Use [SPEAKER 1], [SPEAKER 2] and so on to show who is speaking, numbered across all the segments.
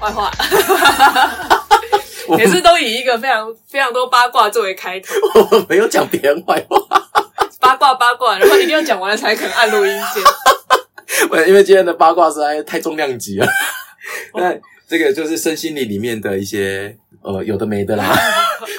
[SPEAKER 1] 坏话，每次都以一个非常非常多八卦作为开头，
[SPEAKER 2] 我没有讲别人坏话，
[SPEAKER 1] 八卦八卦，然后一定要讲完了才肯按录音键。
[SPEAKER 2] 我因为今天的八卦实在太重量级了。
[SPEAKER 1] 哦
[SPEAKER 2] 那这个就是身心灵里面的一些呃有的没 的啦，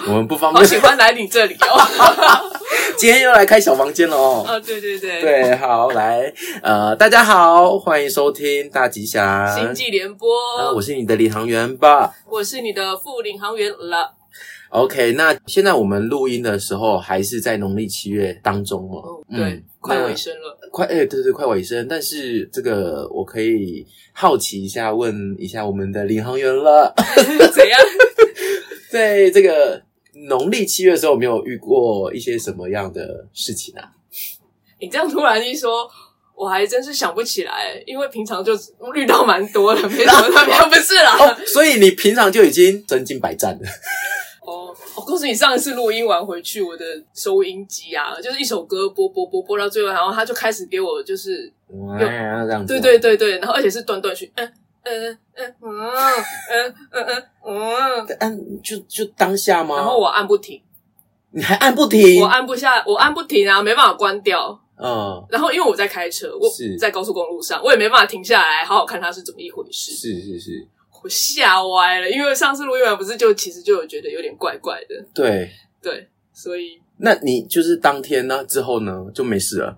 [SPEAKER 2] 我们不方
[SPEAKER 1] 好
[SPEAKER 2] 便。
[SPEAKER 1] 喜欢来你这里哦。
[SPEAKER 2] 今天又来开小房间了哦。
[SPEAKER 1] 哦，对对对，
[SPEAKER 2] 对，好，来，呃，大家好，欢迎收听大吉祥。
[SPEAKER 1] 星际联播，
[SPEAKER 2] 呃，我是你的领航员吧。
[SPEAKER 1] 我是你的副领航员了。
[SPEAKER 2] OK，那现在我们录音的时候还是在农历七月当中哦
[SPEAKER 1] 哦，。对，快尾，声了。
[SPEAKER 2] 那快，哎、对对，快尾声。但是这个我可以好奇一下，问一下我们的领航员了，
[SPEAKER 1] 怎样？
[SPEAKER 2] 在这个农历七月的时候，有没有遇过一些什么样的事情 啊？
[SPEAKER 1] 你这样突然一说，我还真是想不起来，因为平常就遇到蛮多的，没什么 特别。不是啦，
[SPEAKER 2] 哦，所以你平常就已经身经百战了。
[SPEAKER 1] 哦，我告诉你，上一次录音完回去，我的收音机啊，就是一首歌播播播播到最后，然后他就开始给我就是
[SPEAKER 2] 哇，这样子，啊
[SPEAKER 1] 对对对对，然后而且是断断续，嗯嗯嗯嗯嗯嗯嗯嗯，
[SPEAKER 2] 按就就当下吗？
[SPEAKER 1] 然后我按不停，
[SPEAKER 2] 哦你还按不停，
[SPEAKER 1] 我按不下，我按不停啊，没办法关掉。
[SPEAKER 2] 嗯，
[SPEAKER 1] 然后因为我在开车，我
[SPEAKER 2] 是
[SPEAKER 1] 在高速公路上，我也没办法停下来，好好看它是怎么一回事。
[SPEAKER 2] 是是是，
[SPEAKER 1] 我吓歪了，因为上次录音完不是就其实就有觉得有点怪怪的，
[SPEAKER 2] 对。
[SPEAKER 1] 对，所以
[SPEAKER 2] 那你就是当天呢之后呢就没事了，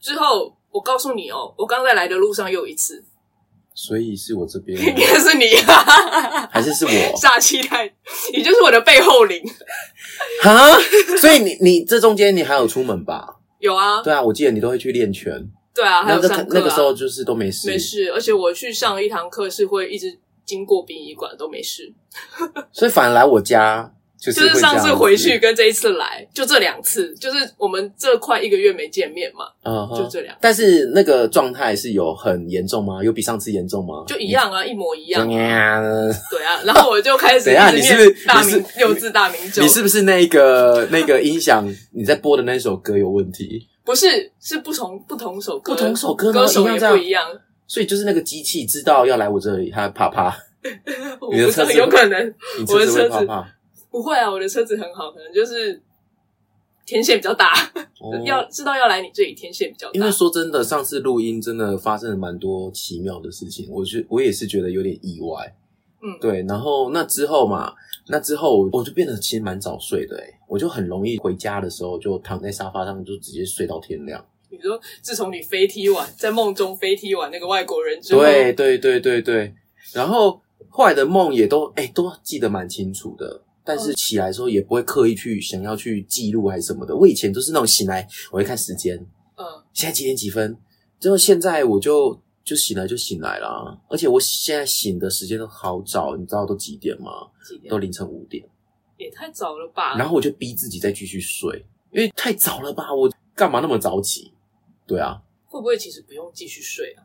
[SPEAKER 1] 之后我告诉你哦，我刚在来的路上又一次，
[SPEAKER 2] 所以是我这边
[SPEAKER 1] 应 该是你、啊，
[SPEAKER 2] 还是是我
[SPEAKER 1] 煞气太，你就是我的背后灵。
[SPEAKER 2] 哈？所以你你这中间你还有出门吧？
[SPEAKER 1] 有啊，
[SPEAKER 2] 对啊，我记得你都会去练拳，
[SPEAKER 1] 对啊，还
[SPEAKER 2] 那
[SPEAKER 1] 有
[SPEAKER 2] 个
[SPEAKER 1] 上课、啊
[SPEAKER 2] 那个时候就是都没事，
[SPEAKER 1] 没。事，而且我去上一堂课是会一直经过殡仪馆都没事，
[SPEAKER 2] 所以反而来我家就是
[SPEAKER 1] 就
[SPEAKER 2] 会
[SPEAKER 1] 是
[SPEAKER 2] 这样
[SPEAKER 1] 上
[SPEAKER 2] 子
[SPEAKER 1] 次回去，跟这一次来就这两次，就是我们这快一个月没见面嘛，
[SPEAKER 2] 嗯哼
[SPEAKER 1] 就这两，
[SPEAKER 2] 但是那个状态是有很严重吗？有比上次严重吗？
[SPEAKER 1] 就一样啊，一模一
[SPEAKER 2] 一
[SPEAKER 1] 样，
[SPEAKER 2] 样。
[SPEAKER 1] 对啊，然后我就开始
[SPEAKER 2] 等一下
[SPEAKER 1] 一直
[SPEAKER 2] 你是
[SPEAKER 1] 念
[SPEAKER 2] 不是
[SPEAKER 1] 大
[SPEAKER 2] 你是
[SPEAKER 1] 明六字大明咒，
[SPEAKER 2] 你是不是那个那个音响你在播的那首歌有问题？
[SPEAKER 1] 不是是不同不同首歌，
[SPEAKER 2] 不同首歌吗
[SPEAKER 1] 歌手
[SPEAKER 2] 一样
[SPEAKER 1] 也
[SPEAKER 2] 这样
[SPEAKER 1] 不一样，
[SPEAKER 2] 所以就是那个机器知道要来我这里，它啪啪，
[SPEAKER 1] 我不
[SPEAKER 2] 你的
[SPEAKER 1] 知
[SPEAKER 2] 车
[SPEAKER 1] 道
[SPEAKER 2] 子
[SPEAKER 1] 有可能
[SPEAKER 2] 你
[SPEAKER 1] 我
[SPEAKER 2] 车
[SPEAKER 1] 的
[SPEAKER 2] 子
[SPEAKER 1] 车子
[SPEAKER 2] 会啪啪。
[SPEAKER 1] 不会啊，我的车子很好，可能就是天线比较大，
[SPEAKER 2] 哦
[SPEAKER 1] 要知道要来你这里天线比较
[SPEAKER 2] 因
[SPEAKER 1] 大
[SPEAKER 2] 为，说真的，上次录音真的发生了蛮多奇妙的事情，我觉我也是觉得有点意外。
[SPEAKER 1] 嗯，
[SPEAKER 2] 对，然后那之后嘛，那之后我就变得其实蛮早睡的、欸，我就很容易回家的时候就躺在沙发上就直接睡到天亮。
[SPEAKER 1] 你说，自从你飞踢完，在梦中飞踢完那个外国人之后，
[SPEAKER 2] 对对对对对，然后后来的梦也都哎、都记得蛮清楚的，但
[SPEAKER 1] 嗯
[SPEAKER 2] 是起来的时候也不会刻意去想要去记录还是什么的。我以前都是那种醒来我会看时间，
[SPEAKER 1] 嗯，
[SPEAKER 2] 现在几点几分？就现在我就就醒来就醒来啦，而且我现在醒的时间都好早，你知道都几点吗？
[SPEAKER 1] 几点啊
[SPEAKER 2] 都？凌晨五点。
[SPEAKER 1] 也太早了吧？
[SPEAKER 2] 然后我就逼自己再继续睡，因为太早了吧？我干嘛那么早起？对啊，
[SPEAKER 1] 会不会其实不用继续睡啊？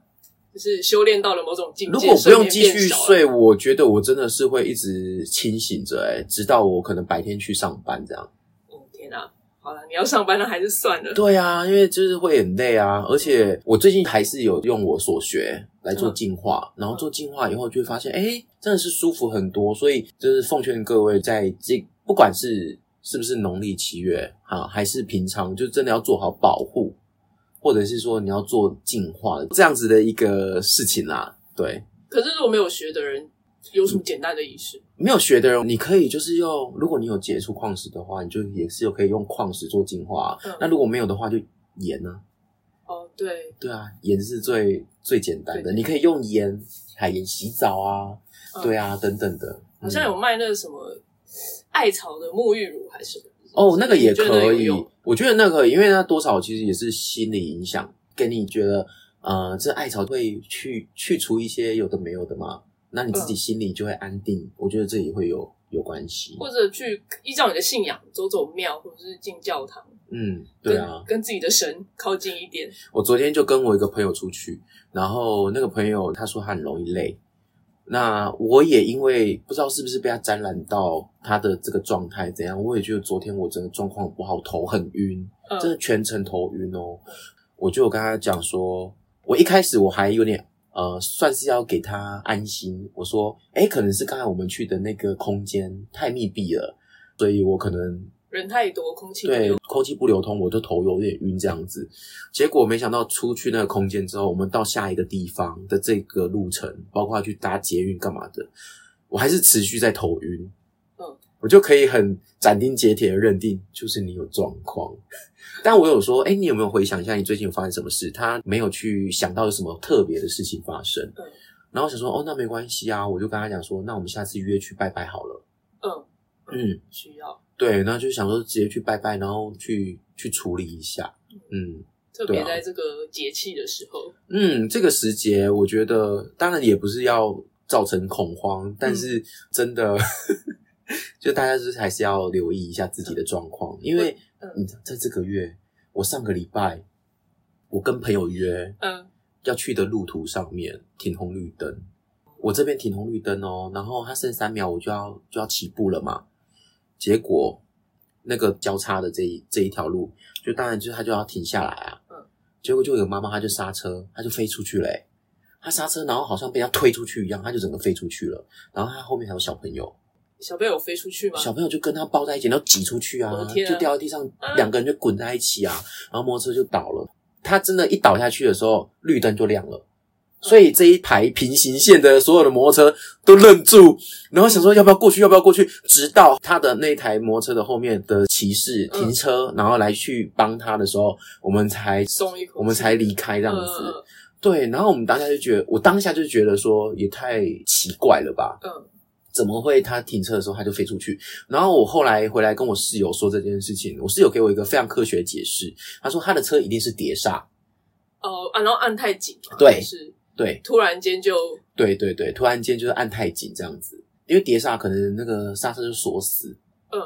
[SPEAKER 1] 就是修炼到了某种境界，
[SPEAKER 2] 如果不用继
[SPEAKER 1] 睡眠
[SPEAKER 2] 续
[SPEAKER 1] 变少了，
[SPEAKER 2] 睡，我觉得我真的是会一直清醒着、欸，直到我可能白天去上班这样。
[SPEAKER 1] 哦天哪、好了，你要上班了还是算了。
[SPEAKER 2] 对啊，因为就是会很累啊，而且我最近还是有用我所学来做进化，然后做进化以后就会发现，哎、真的是舒服很多。所以就是奉劝各位，在这不管是是不是农历七月啊，还是平常，就真的要做好保护，或者是说你要做进化这样子的一个事情啊。对，
[SPEAKER 1] 可是如果没有学的人，有什么简单的仪式？
[SPEAKER 2] 没有学的人，你可以就是用，如果你有接触矿石的话，你就也是有可以用矿石做进化啊、
[SPEAKER 1] 嗯
[SPEAKER 2] 那如果没有的话，就盐呢、啊。
[SPEAKER 1] 哦，对，
[SPEAKER 2] 对啊，盐是最最简单的，
[SPEAKER 1] 对
[SPEAKER 2] 你可以用盐海盐洗澡啊，
[SPEAKER 1] 嗯
[SPEAKER 2] 对啊，等等的。
[SPEAKER 1] 好像
[SPEAKER 2] 嗯
[SPEAKER 1] 有卖那个什么艾草的沐浴乳还是什么？
[SPEAKER 2] 哦，那个也可
[SPEAKER 1] 你觉得有
[SPEAKER 2] 以
[SPEAKER 1] 用，
[SPEAKER 2] 我觉得那个，因为它多少其实也是心理影响，给你觉得呃，这艾草会去去除一些有的没有的嘛，那你
[SPEAKER 1] 嗯
[SPEAKER 2] 自己心里就会安定，我觉得这也会有有关系。
[SPEAKER 1] 或者去依照你的信仰走走庙，或者是进教堂，
[SPEAKER 2] 嗯，对啊，
[SPEAKER 1] 跟跟自己的神靠近一点。
[SPEAKER 2] 我昨天就跟我一个朋友出去，然后那个朋友他说他很容易累，那我也因为不知道是不是被他沾染到他的这个状态怎样，我也觉得昨天我真的状况不好，头很晕，
[SPEAKER 1] 嗯，
[SPEAKER 2] 真的全程头晕哦。我就有跟他讲说，我一开始我还有点呃，算是要给他安心。我说，哎，可能是刚才我们去的那个空间太密闭了，所以我可能
[SPEAKER 1] 人太多，空气不
[SPEAKER 2] 对
[SPEAKER 1] 流
[SPEAKER 2] 空气不流通，我就头有点晕这样子。结果没想到出去那个空间之后，我们到下一个地方的这个路程，包括去搭捷运干嘛的，我还是持续在头晕。
[SPEAKER 1] 嗯，
[SPEAKER 2] 我就可以很斩钉截铁的认定，就是你有状况。但我有说，哎、你有没有回想一下你最近有发生什么事？他没有去想到有什么特别的事情发生。
[SPEAKER 1] 嗯
[SPEAKER 2] 然后我想说，哦，那没关系啊，我就跟他讲说，那我们下次约去拜拜好了。
[SPEAKER 1] 嗯，
[SPEAKER 2] 嗯，
[SPEAKER 1] 需要
[SPEAKER 2] 对，那就想说直接去拜拜，然后去去处理一下。嗯
[SPEAKER 1] 特别
[SPEAKER 2] 对啊
[SPEAKER 1] 在这个节气的时候，
[SPEAKER 2] 嗯，这个时节，我觉得当然也不是要造成恐慌，但是真的、 就大家就是还是要留意一下自己的状况，因为
[SPEAKER 1] 嗯
[SPEAKER 2] 你在这个月，我上个礼拜我跟朋友约
[SPEAKER 1] 嗯
[SPEAKER 2] 要去的路途上面停红绿灯，我这边停红绿灯哦，然后它剩三秒我就要就要起步了嘛，结果那个交叉的这一这一条路，就当然就是它就要停下来啊，
[SPEAKER 1] 嗯
[SPEAKER 2] 结果就有妈妈她就刹车，她就飞出去嘞、欸她刹车，然后好像被人家推出去一样，她就整个飞出去了。然后她后面还有小朋友，
[SPEAKER 1] 小贝有飞出去吗？
[SPEAKER 2] 小朋友就跟他抱在一起，然后挤出去啊，
[SPEAKER 1] 我的天啊嗯
[SPEAKER 2] 就掉在地上
[SPEAKER 1] 啊，
[SPEAKER 2] 两个人就滚在一起啊，然后摩托车就倒了。他真的，一倒下去的时候，绿灯就
[SPEAKER 1] 嗯
[SPEAKER 2] 亮了，所以这一排平行线的所有的摩托车都愣住，然后想说要不要过去，要不要过去，直到他的那台摩托车的后面的骑士停车，然后来去帮他的时候，我们才
[SPEAKER 1] 嗯松嗯一口气，呃
[SPEAKER 2] 我们才离开这
[SPEAKER 1] 这
[SPEAKER 2] 样子。对，然后我们当下就觉得，我当下就觉得说也太奇怪了吧，
[SPEAKER 1] 嗯，
[SPEAKER 2] 怎么会他停车的时候他就飞出去？然后我后来回来跟我室友说这件事情，我室友给我一个非常科学的解释，他说他的车一定是碟刹，
[SPEAKER 1] 哦、啊，然后按太紧嘛，
[SPEAKER 2] 对
[SPEAKER 1] 就是
[SPEAKER 2] 对
[SPEAKER 1] 突然间就
[SPEAKER 2] 对对对，突然间就是按太紧这样子，因为碟刹可能那个刹车就锁死，
[SPEAKER 1] 嗯，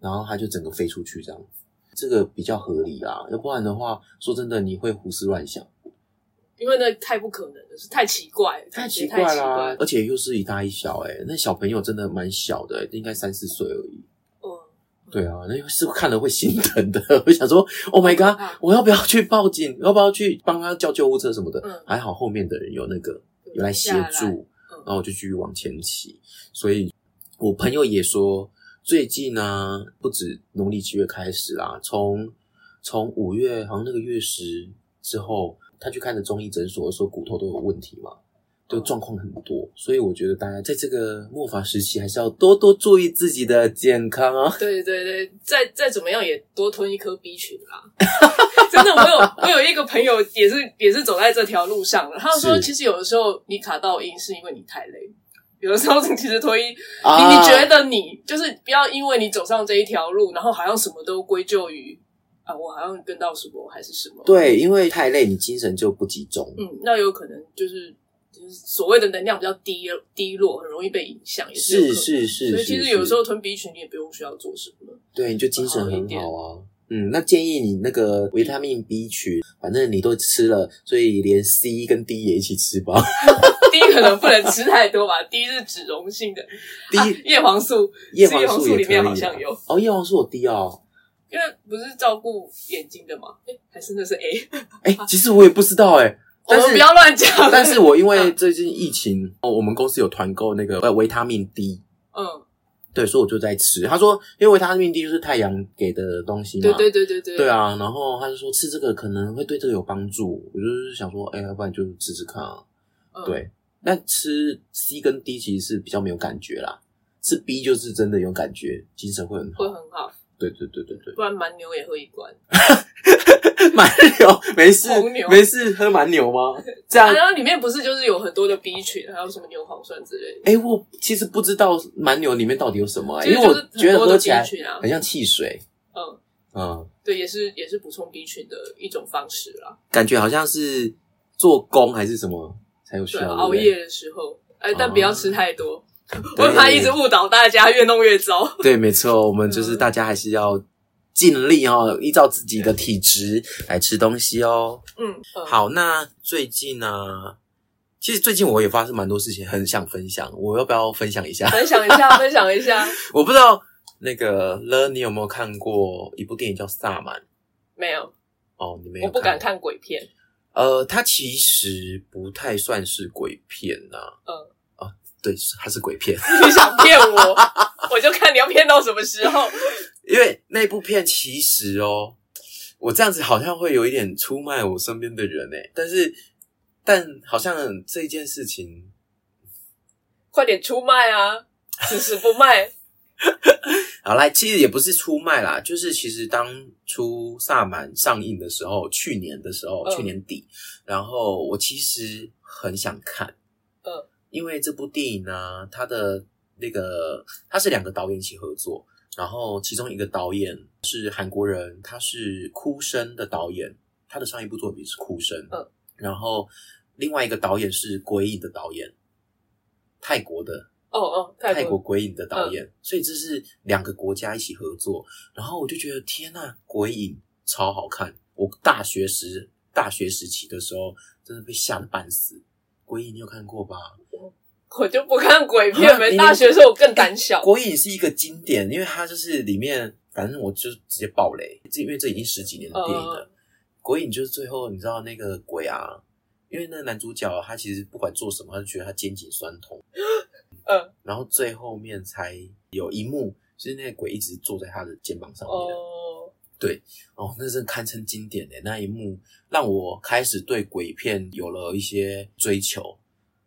[SPEAKER 2] 然后他就整个飞出去这样子，这个比较合理啦，要不然的话，说真的你会胡思乱想，
[SPEAKER 1] 因为那太不可能了，是太奇怪了，
[SPEAKER 2] 太
[SPEAKER 1] 感觉
[SPEAKER 2] 奇
[SPEAKER 1] 太
[SPEAKER 2] 怪
[SPEAKER 1] 奇怪
[SPEAKER 2] 啦呃
[SPEAKER 1] 了，
[SPEAKER 2] 而且又是一大一小、欸，那小朋友真的蛮小的、欸应该三四岁而已。
[SPEAKER 1] 嗯，
[SPEAKER 2] 对啊，那是看了会心疼的。 我想说，Oh my
[SPEAKER 1] 好可
[SPEAKER 2] god，
[SPEAKER 1] 怕
[SPEAKER 2] 我要不要去报警？ 要不要去帮他叫救护车什么的？
[SPEAKER 1] 嗯
[SPEAKER 2] 还好后面的人有那个有来
[SPEAKER 1] 来
[SPEAKER 2] 协助，
[SPEAKER 1] 嗯
[SPEAKER 2] 然后我就继续往前骑。所以我朋友也说，最近呢、不止农历七月开始啦，从从五月好像那个月十之后，他去看的中医诊所说骨头都有问题嘛。就状况很多，所以我觉得大家在这个末法时期，还是要多多注意自己的健康啊。
[SPEAKER 1] 对对对，再再怎么样也多吞一颗 B 群啦。 真的，我有我有一个朋友也是也是走在这条路上了。他说，
[SPEAKER 2] 是
[SPEAKER 1] 其实有的时候你卡到音是因为你太累，有的时候其实推一
[SPEAKER 2] 啊
[SPEAKER 1] 你你觉得你就是不要因为你走上这一条路，然后好像什么都归咎于啊，我好像跟到什么还是什么。，
[SPEAKER 2] 对，因为太累，你精神就不集中。
[SPEAKER 1] 嗯，那有可能就是就是所谓的能量比较低低落，很容易被影响，也有可
[SPEAKER 2] 是
[SPEAKER 1] 能。
[SPEAKER 2] 是是，
[SPEAKER 1] 所以
[SPEAKER 2] 是
[SPEAKER 1] 其实
[SPEAKER 2] 是
[SPEAKER 1] 有时候吞 B 群你也不用需要做什么。
[SPEAKER 2] 对，你就精神
[SPEAKER 1] 好一
[SPEAKER 2] 很
[SPEAKER 1] 点
[SPEAKER 2] 好啊。嗯，那建议你那个维他命 B 群，反正你都吃了，所以连 C 跟 D 也一起吃吧。
[SPEAKER 1] 啊 第一可能不能吃太多吧，第一是脂溶性的，
[SPEAKER 2] D
[SPEAKER 1] 啊叶黄素，
[SPEAKER 2] 叶
[SPEAKER 1] 吃
[SPEAKER 2] 黄素也
[SPEAKER 1] 里
[SPEAKER 2] 可以
[SPEAKER 1] 面好
[SPEAKER 2] 啊
[SPEAKER 1] 像有，
[SPEAKER 2] 哦，叶黄素有 D 哦。
[SPEAKER 1] 因为不是照顾眼睛的嘛，诶还是那是 A，
[SPEAKER 2] 哎，其实我也不知道哎，
[SPEAKER 1] 我
[SPEAKER 2] 但
[SPEAKER 1] 们不
[SPEAKER 2] 是
[SPEAKER 1] 要乱讲。
[SPEAKER 2] 但是我因为最近疫情，哦，我们公司有团购那个呃维他命 D。
[SPEAKER 1] 嗯，
[SPEAKER 2] 对，所以我就在吃。他说，因为维他命 D 就是太阳给的东西嘛，
[SPEAKER 1] 对对对对对，
[SPEAKER 2] 对啊，然后他就说吃这个可能会对这个有帮助，我就是想说，哎、要不然就吃吃看啊。
[SPEAKER 1] 嗯，
[SPEAKER 2] 对，那吃 C 跟 D 其实是比较没有感觉啦，吃 B 就是真的有感觉，精神会很好
[SPEAKER 1] 会。很好，
[SPEAKER 2] 对对对对
[SPEAKER 1] 不然蛮牛也喝一罐，
[SPEAKER 2] 对，蛮牛没事
[SPEAKER 1] 红牛
[SPEAKER 2] 没事，喝蛮牛吗？这样
[SPEAKER 1] 啊，然后里面不是就是有很多的 B 群，还有什么牛磺酸之类的，
[SPEAKER 2] 哎、我其实不知道蛮牛里面到底有什么、欸，
[SPEAKER 1] 其
[SPEAKER 2] 因
[SPEAKER 1] 实
[SPEAKER 2] 为
[SPEAKER 1] 就
[SPEAKER 2] 我
[SPEAKER 1] 是
[SPEAKER 2] 觉
[SPEAKER 1] 很
[SPEAKER 2] 得
[SPEAKER 1] 多
[SPEAKER 2] 喝
[SPEAKER 1] 的
[SPEAKER 2] 起来哎
[SPEAKER 1] B 群啊
[SPEAKER 2] 很，像汽水，
[SPEAKER 1] 嗯，
[SPEAKER 2] 嗯，
[SPEAKER 1] 对，也是也是补充 B 群的一种方式啦。
[SPEAKER 2] 感觉好像是做工还是什么才有需
[SPEAKER 1] 对
[SPEAKER 2] 要
[SPEAKER 1] 啊，
[SPEAKER 2] 对
[SPEAKER 1] 熬
[SPEAKER 2] 不对
[SPEAKER 1] 夜的时候，哎，但不要吃太多，我
[SPEAKER 2] 对
[SPEAKER 1] 很怕一直误导大家，越弄越糟。
[SPEAKER 2] 对，没错，我们就是大家还是要尽力哦，依照自己的体质来吃东西哦。
[SPEAKER 1] 嗯，嗯，
[SPEAKER 2] 好，那最近呢、其实最近我也发生蛮多事情，很想分享。我要不要分享 一下？
[SPEAKER 1] 分享一下，分享一下。
[SPEAKER 2] 我不知道那个了，你有没有看过一部电影叫《萨满》？
[SPEAKER 1] 没有，
[SPEAKER 2] 哦，你没有？
[SPEAKER 1] 我不敢。看鬼片。
[SPEAKER 2] 呃，它其实不太算是鬼片呐、
[SPEAKER 1] 嗯
[SPEAKER 2] 啊，对，是它是鬼片，
[SPEAKER 1] 你想骗我， 我就看你要骗到什么时候。
[SPEAKER 2] 因为那部片其实哦，我这样子好像会有一点出卖我身边的人诶，但是但好像这件事情，
[SPEAKER 1] 快点出卖啊！此时不卖，
[SPEAKER 2] 好来，其实也不是出卖啦，就是其实当初萨满上映的时候，去年的时候，
[SPEAKER 1] 嗯
[SPEAKER 2] 去年底，然后我其实很想看，
[SPEAKER 1] 嗯，
[SPEAKER 2] 因为这部电影呢、它的那个它是两个导演一起合作，然后其中一个导演是韩国人，他是《哭声》的导演，他的上一部作品是《哭声》，
[SPEAKER 1] 嗯，
[SPEAKER 2] 然后另外一个导演是《鬼影》的导演，泰国的，
[SPEAKER 1] 哦哦，泰
[SPEAKER 2] 泰国
[SPEAKER 1] 国，
[SPEAKER 2] 鬼影的导演，所以这是两个国家一起合作。然后我就觉得天呐、鬼影超好看！我大学时大学时期的时候，真的被吓得半死。鬼影你有看过吧？
[SPEAKER 1] 我就不看鬼片
[SPEAKER 2] 啊
[SPEAKER 1] 没
[SPEAKER 2] 你
[SPEAKER 1] 大学的时候我更胆小。
[SPEAKER 2] 鬼影是一个经典，因为它就是里面，反正我就直接爆雷，这因为这已经十几年的电影了。
[SPEAKER 1] 嗯
[SPEAKER 2] 鬼影就是最后你知道那个鬼啊，因为那个男主角他其实不管做什么，他就觉得他肩颈酸痛。
[SPEAKER 1] 嗯，
[SPEAKER 2] 然后最后面才有一幕，就是那个鬼一直坐在他的肩膀上面。
[SPEAKER 1] 哦，
[SPEAKER 2] 哦，那真的堪称经典的那一幕，让我开始对鬼片有了一些追求。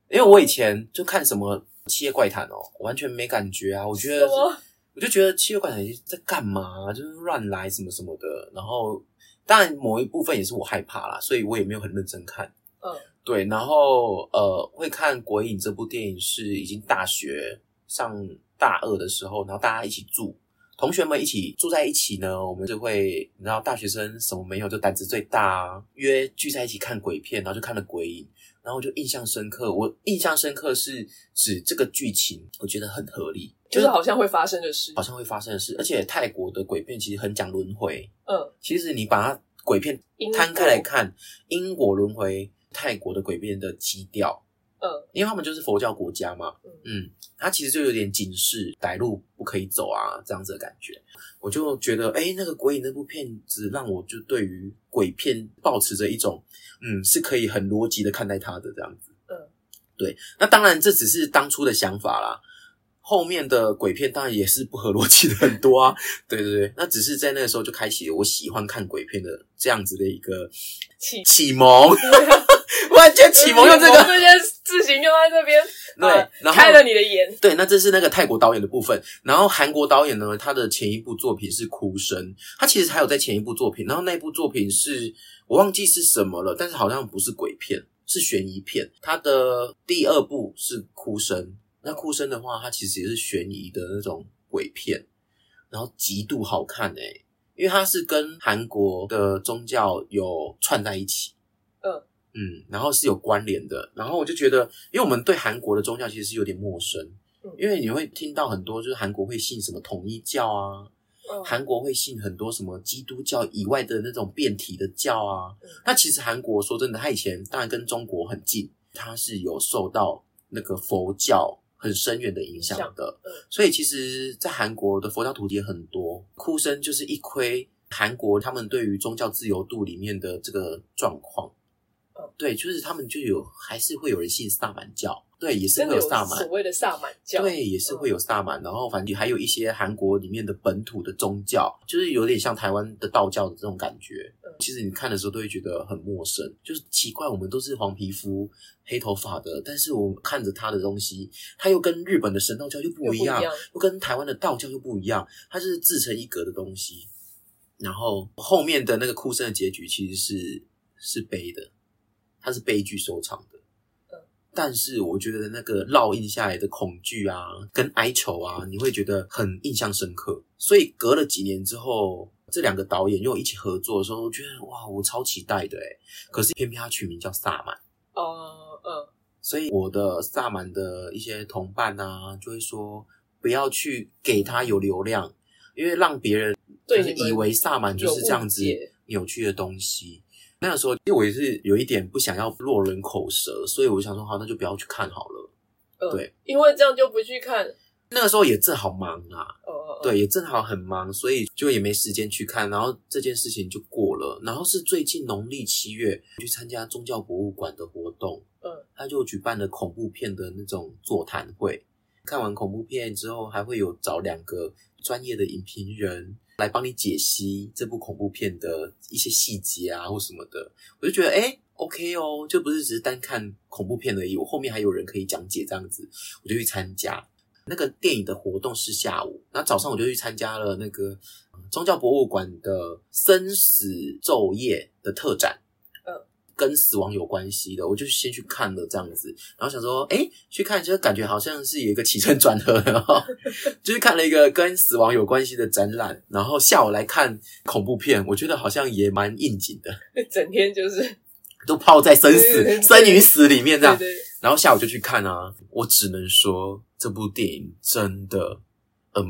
[SPEAKER 2] 因为我以前就看什么《七夜怪谈》哦，我完全没感觉啊，我觉得
[SPEAKER 1] 什么
[SPEAKER 2] 我就觉得《七夜怪谈》在干嘛、就是乱来什么什么的。然后，当然某一部分也是我害怕啦，所以我也没有很认真看。
[SPEAKER 1] 嗯，
[SPEAKER 2] 对。然后呃，会看《鬼影》这部电影是已经大学上大二的时候，然后大家一起住，同学们一起住在一起呢，我们就会，你知道，大学生什么没有，就胆子最大、啊，约聚在一起看鬼片，然后就看了《鬼影》，然后我就印象深刻。我印象深刻是指这个剧情，我觉得很合理，
[SPEAKER 1] 就是好像会发生的事
[SPEAKER 2] 好。像会发生的事。而且泰国的鬼片其实很讲轮回，
[SPEAKER 1] 嗯，
[SPEAKER 2] 其实你把它鬼片
[SPEAKER 1] 因
[SPEAKER 2] 摊开
[SPEAKER 1] 果
[SPEAKER 2] 来看，因果轮回泰国的鬼片的基调，
[SPEAKER 1] 嗯，
[SPEAKER 2] 因为他们就是佛教国家嘛，
[SPEAKER 1] 嗯
[SPEAKER 2] 嗯，它其实就有点警示歹路不可以走啊这样子的感觉。我就觉得，哎、那个鬼影那部片子让我就对于鬼片保持着一种，嗯，是可以很逻辑的看待它的这样子。
[SPEAKER 1] 嗯，
[SPEAKER 2] 对。那当然，这只是当初的想法啦。后面的鬼片当然也是不合逻辑的很多啊，对对对，那只是在那个时候就开启了我喜欢看鬼片的这样子的一个
[SPEAKER 1] 启
[SPEAKER 2] 启 蒙，完全启蒙用这个。
[SPEAKER 1] 这件事情就在这边，
[SPEAKER 2] 对
[SPEAKER 1] 啊，
[SPEAKER 2] 然后
[SPEAKER 1] 开了你的眼。
[SPEAKER 2] 对，那这是那个泰国导演的部分。然后韩国导演呢，他的前一部作品是《哭声》，他其实还有在前一部作品，然后那部作品是我忘记是什么了，但是好像不是鬼片，是悬疑片。他的第二部是《哭声》，那《哭声》的话，它其实也是悬疑的那种鬼片，然后极度好看诶、因为它是跟韩国的宗教有串在一起。
[SPEAKER 1] 嗯
[SPEAKER 2] 嗯，然后是有关联的，然后我就觉得，因为我们对韩国的宗教其实是有点陌生，因为你会听到很多，就是韩国会信什么统一教啊，
[SPEAKER 1] 嗯
[SPEAKER 2] 韩国会信很多什么基督教以外的那种变体的教啊
[SPEAKER 1] 嗯。
[SPEAKER 2] 那其实韩国说真的，它以前当然跟中国很近，它是有受到那个佛教很深远的影响的
[SPEAKER 1] 嗯。
[SPEAKER 2] 所以其实，在韩国的佛教徒也很多，哭声就是一窥韩国他们对于宗教自由度里面的这个状况
[SPEAKER 1] 嗯。
[SPEAKER 2] 对，就是他们就有还是会有人信萨满教，对，也是
[SPEAKER 1] 真
[SPEAKER 2] 会
[SPEAKER 1] 的有
[SPEAKER 2] 萨满
[SPEAKER 1] 所，谓的萨满教，嗯
[SPEAKER 2] 对，也是会有萨满，然后反正还有一些韩国里面的本土的宗教，就是有点像台湾的道教的这种感觉
[SPEAKER 1] 嗯。
[SPEAKER 2] 其实你看的时候都会觉得很陌生，就是奇怪，我们都是黄皮肤、黑头发的，但是我看着他的东西，他又跟日本的神道教又
[SPEAKER 1] 又
[SPEAKER 2] 不
[SPEAKER 1] 不
[SPEAKER 2] 一样，又跟台湾的道教又不一样，它是自成一格的东西。然后后面的那个哭声的结局其实是是悲的，它是悲剧收场的
[SPEAKER 1] 嗯。
[SPEAKER 2] 但是我觉得那个烙印下来的恐惧啊，跟哀愁啊，你会觉得很印象深刻。所以隔了几年之后，这两个导演又一起合作的时候，我觉得哇，我超期待的诶可是偏偏他取名叫萨满。
[SPEAKER 1] 哦，嗯，
[SPEAKER 2] 所以我的萨满的一些同伴啊，就会说不要去给他有流量，因为让别人
[SPEAKER 1] 对
[SPEAKER 2] 就是
[SPEAKER 1] 你们
[SPEAKER 2] 以为萨满就是这样子
[SPEAKER 1] 有误解
[SPEAKER 2] 扭曲的东西。那个时候，因为我也是有一点不想要落人口舌，所以我就想说，好，那就不要去看好了。
[SPEAKER 1] 嗯
[SPEAKER 2] 对，
[SPEAKER 1] 因为这样就不去看，
[SPEAKER 2] 那个时候也正好忙啊，
[SPEAKER 1] 呃，
[SPEAKER 2] 对，也正好很忙，所以就也没时间去看，然后这件事情就过了。然后是最近农历七月去参加宗教博物馆的活动，
[SPEAKER 1] 嗯，
[SPEAKER 2] 他就举办了恐怖片的那种座谈会。看完恐怖片之后，还会有找两个专业的影评人来帮你解析这部恐怖片的一些细节啊或什么的。我就觉得，哎、o k 哦，就不是只是单看恐怖片而已，我后面还有人可以讲解这样子，我就去参加。那个电影的活动是下午，然后早上我就去参加了那个呃宗教博物馆的生死昼夜的特展，
[SPEAKER 1] 嗯，
[SPEAKER 2] 跟死亡有关系的，我就先去看了这样子，然后想说，哎，去看就感觉好像是有一个起承转合，然 后就是看了一个跟死亡有关系的展览，然后下午来看恐怖片，我觉得好像也蛮应景的，
[SPEAKER 1] 整天就是
[SPEAKER 2] 都泡在生
[SPEAKER 1] 对对
[SPEAKER 2] 死
[SPEAKER 1] 对
[SPEAKER 2] 生与死里面这
[SPEAKER 1] 对
[SPEAKER 2] 样，
[SPEAKER 1] 对，
[SPEAKER 2] 然后下午就去看啊，我只能说这部电影真的 amazing，good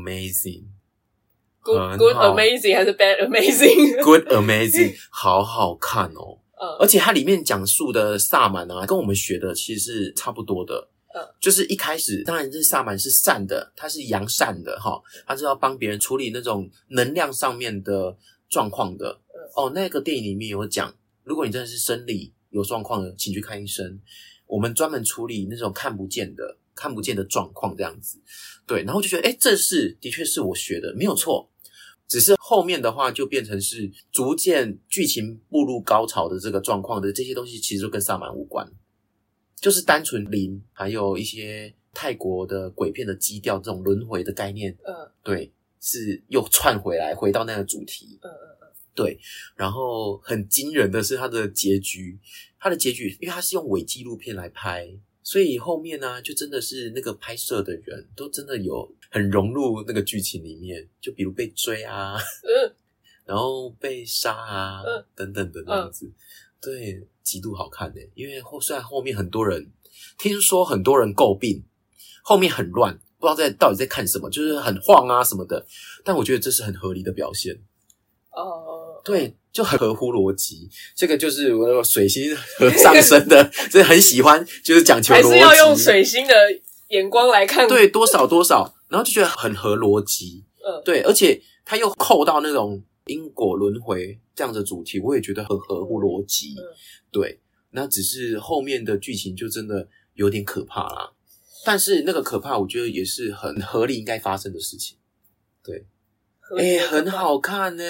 [SPEAKER 1] good
[SPEAKER 2] 很
[SPEAKER 1] good
[SPEAKER 2] 好
[SPEAKER 1] amazing 还是 bad amazing？
[SPEAKER 2] amazing，好好看哦。而
[SPEAKER 1] 嗯
[SPEAKER 2] 且它里面讲述的萨满啊，跟我们学的其实是差不多的。
[SPEAKER 1] 嗯
[SPEAKER 2] 就是一开始，当然这萨满是善的，他是扬善的哈，他是要帮别人处理那种能量上面的状况的。
[SPEAKER 1] 嗯
[SPEAKER 2] 哦，那个电影里面有讲，如果你真的是生理有状况的，请去看医生。我们专门处理那种看不见的、看不见的状况这样子。对，然后就觉得，哎，这是的确是我学的，没有错。只是后面的话就变成是逐渐剧情步入高潮的这个状况的这些东西，其实就跟萨满无关，就是单纯灵，还有一些泰国的鬼片的基调，这种轮回的概念，
[SPEAKER 1] 嗯嗯
[SPEAKER 2] 对，是又串回来，回到那个主题。
[SPEAKER 1] 嗯嗯，
[SPEAKER 2] 然后很惊人的是它的结局，它的结局，因为它是用伪纪录片来拍，所以后面呢、就真的是那个拍摄的人都真的有很融入那个剧情里面，就比如被追啊，
[SPEAKER 1] 嗯
[SPEAKER 2] 然后被杀啊、
[SPEAKER 1] 嗯
[SPEAKER 2] 等等的那样子，对，极度好看的、因为后虽然后面很多人听说很多人诟病，后面很乱，不知道在到底在看什么，就是很晃啊什么的，但我觉得这是很合理的表现。
[SPEAKER 1] 哦，
[SPEAKER 2] 对，就很合乎逻辑。这个就是我水星和上升的， 所以很喜欢，就是讲求
[SPEAKER 1] 还
[SPEAKER 2] 逻辑，
[SPEAKER 1] 是要用水星的眼光来看，
[SPEAKER 2] 对多少多少，然后就觉得很合逻辑。
[SPEAKER 1] 嗯
[SPEAKER 2] 对，而且他又扣到那种因果轮回这样的主题，我也觉得很合乎逻辑。
[SPEAKER 1] 嗯
[SPEAKER 2] 对，那只是后面的剧情就真的有点可怕啦。但是那个可怕，我觉得也是很合理应该发生的事情。
[SPEAKER 1] 合理
[SPEAKER 2] 哎、
[SPEAKER 1] 的
[SPEAKER 2] 很
[SPEAKER 1] 看法，
[SPEAKER 2] 好看呢、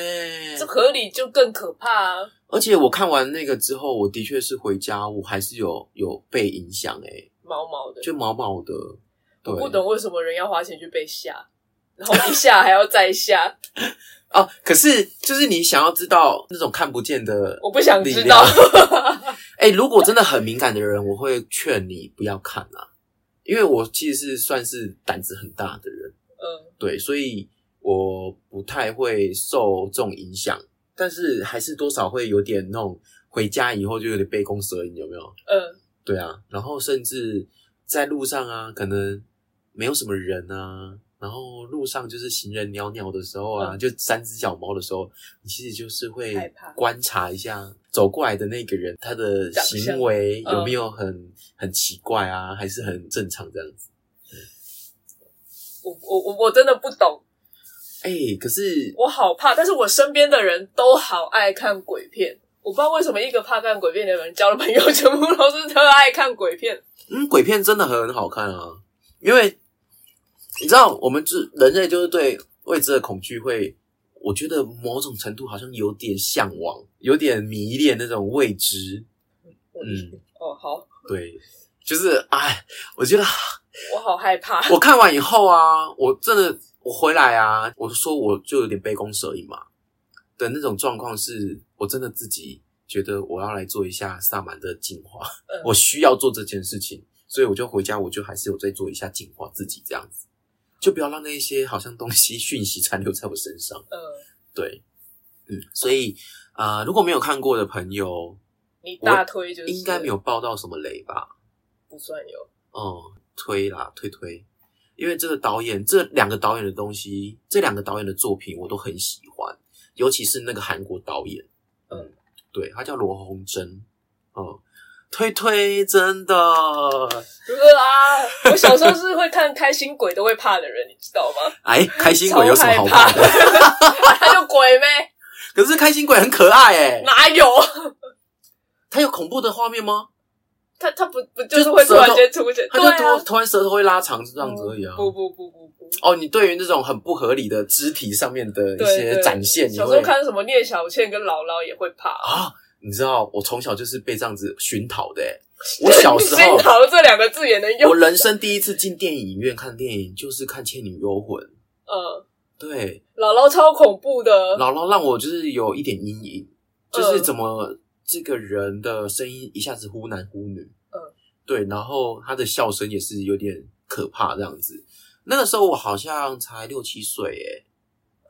[SPEAKER 1] 这合理就更可怕啊！
[SPEAKER 2] 而且我看完那个之后，我的确是回家，我还是有有被影响诶、
[SPEAKER 1] 毛毛的，
[SPEAKER 2] 就毛毛的。对，
[SPEAKER 1] 不懂为什么人要花钱去被吓，然后一吓还要再吓，
[SPEAKER 2] 哦。可是就是你想要知道那种看不见的，
[SPEAKER 1] 我不想知 道。
[SPEAKER 2] 哎、如果真的很敏感的人，我会劝你不要看啦，因为我其实是算是胆子很大的人，
[SPEAKER 1] 嗯，
[SPEAKER 2] 对，所以我不太会受这种影响，但是还是多少会有点那种回家以后就有点杯弓蛇影，有没有？
[SPEAKER 1] 嗯，
[SPEAKER 2] 对啊，然后甚至在路上啊，可能没有什么人啊，然后路上就是行人袅袅的时候啊，
[SPEAKER 1] 嗯
[SPEAKER 2] 就三只小猫的时候，你其实就是会
[SPEAKER 1] 害怕
[SPEAKER 2] 观察一下走过来的那个人他的
[SPEAKER 1] 长相
[SPEAKER 2] 行为
[SPEAKER 1] 嗯
[SPEAKER 2] 有没有很、很奇怪啊，还是很正常这样子。
[SPEAKER 1] 我我我我真的不懂，
[SPEAKER 2] 哎、可是
[SPEAKER 1] 我好怕，但是我身边的人都好爱看鬼片。我不知道为什么一个怕看鬼片的人交了朋友，全部都是特爱看鬼片。
[SPEAKER 2] 嗯，鬼片真的很好看啊，因为你知道，我们就是人类就是对未知的恐惧会，我觉得某种程度好像有点向往，有点迷恋那种未知。嗯，
[SPEAKER 1] 哦，好，
[SPEAKER 2] 对，就是哎，我觉得
[SPEAKER 1] 我好害怕。
[SPEAKER 2] 我看完以后啊，我真的我回来啊，我说我就有点杯弓蛇影嘛的那种状况，是我真的自己觉得我要来做一下萨满的净化，
[SPEAKER 1] 嗯
[SPEAKER 2] 我需要做这件事情，所以我就回家，我就还是有在做一下净化自己这样子，就不要让那一些好像东西讯息残留在我身上。
[SPEAKER 1] 嗯，
[SPEAKER 2] 对，嗯，所以啊、呃如果没有看过的朋友，
[SPEAKER 1] 你大推就是
[SPEAKER 2] 应该没有爆到什么雷吧？
[SPEAKER 1] 不算有。
[SPEAKER 2] 哦，推啦，推推，因为这个导演，这两个导演的东西，这两个导演的作品我都很喜欢，尤其是那个韩国导演，
[SPEAKER 1] 嗯，
[SPEAKER 2] 对，他叫罗红珍，嗯，推推真的，
[SPEAKER 1] 对啊，我小时候是会看开心鬼都会怕的人，你知道吗？
[SPEAKER 2] 哎，开心鬼有什么好怕
[SPEAKER 1] 超
[SPEAKER 2] 的？
[SPEAKER 1] 啊他就鬼呗，
[SPEAKER 2] 可是开心鬼很可爱哎、
[SPEAKER 1] 哪有？
[SPEAKER 2] 它有恐怖的画面吗？
[SPEAKER 1] 他他不不就是会突然间出现？
[SPEAKER 2] 它
[SPEAKER 1] 对
[SPEAKER 2] 就突、
[SPEAKER 1] 啊，嗯
[SPEAKER 2] 突然舌头会拉长这样子而已啊。
[SPEAKER 1] 不不不不不，
[SPEAKER 2] 哦，你对于那种很不合理的肢体上面的一
[SPEAKER 1] 对
[SPEAKER 2] 些
[SPEAKER 1] 对
[SPEAKER 2] 展现，你
[SPEAKER 1] 小时候
[SPEAKER 2] 会
[SPEAKER 1] 看什么聂小倩跟姥姥也会怕。
[SPEAKER 2] 啊？你知道我从小就是被这样子熏陶 的、欸。我小时候
[SPEAKER 1] 熏，陶这两个字也能用
[SPEAKER 2] 我。人生第一次进电影院看电影就是看《倩女幽魂》。
[SPEAKER 1] 嗯，
[SPEAKER 2] 对，
[SPEAKER 1] 姥姥超恐怖的，
[SPEAKER 2] 姥姥让我就是有一点阴影，就是
[SPEAKER 1] 嗯
[SPEAKER 2] 怎么这个人的声音一下子忽男忽女，
[SPEAKER 1] 嗯，
[SPEAKER 2] 对，然后他的笑声也是有点可怕这样子。那个时候我好像才六七岁，欸诶，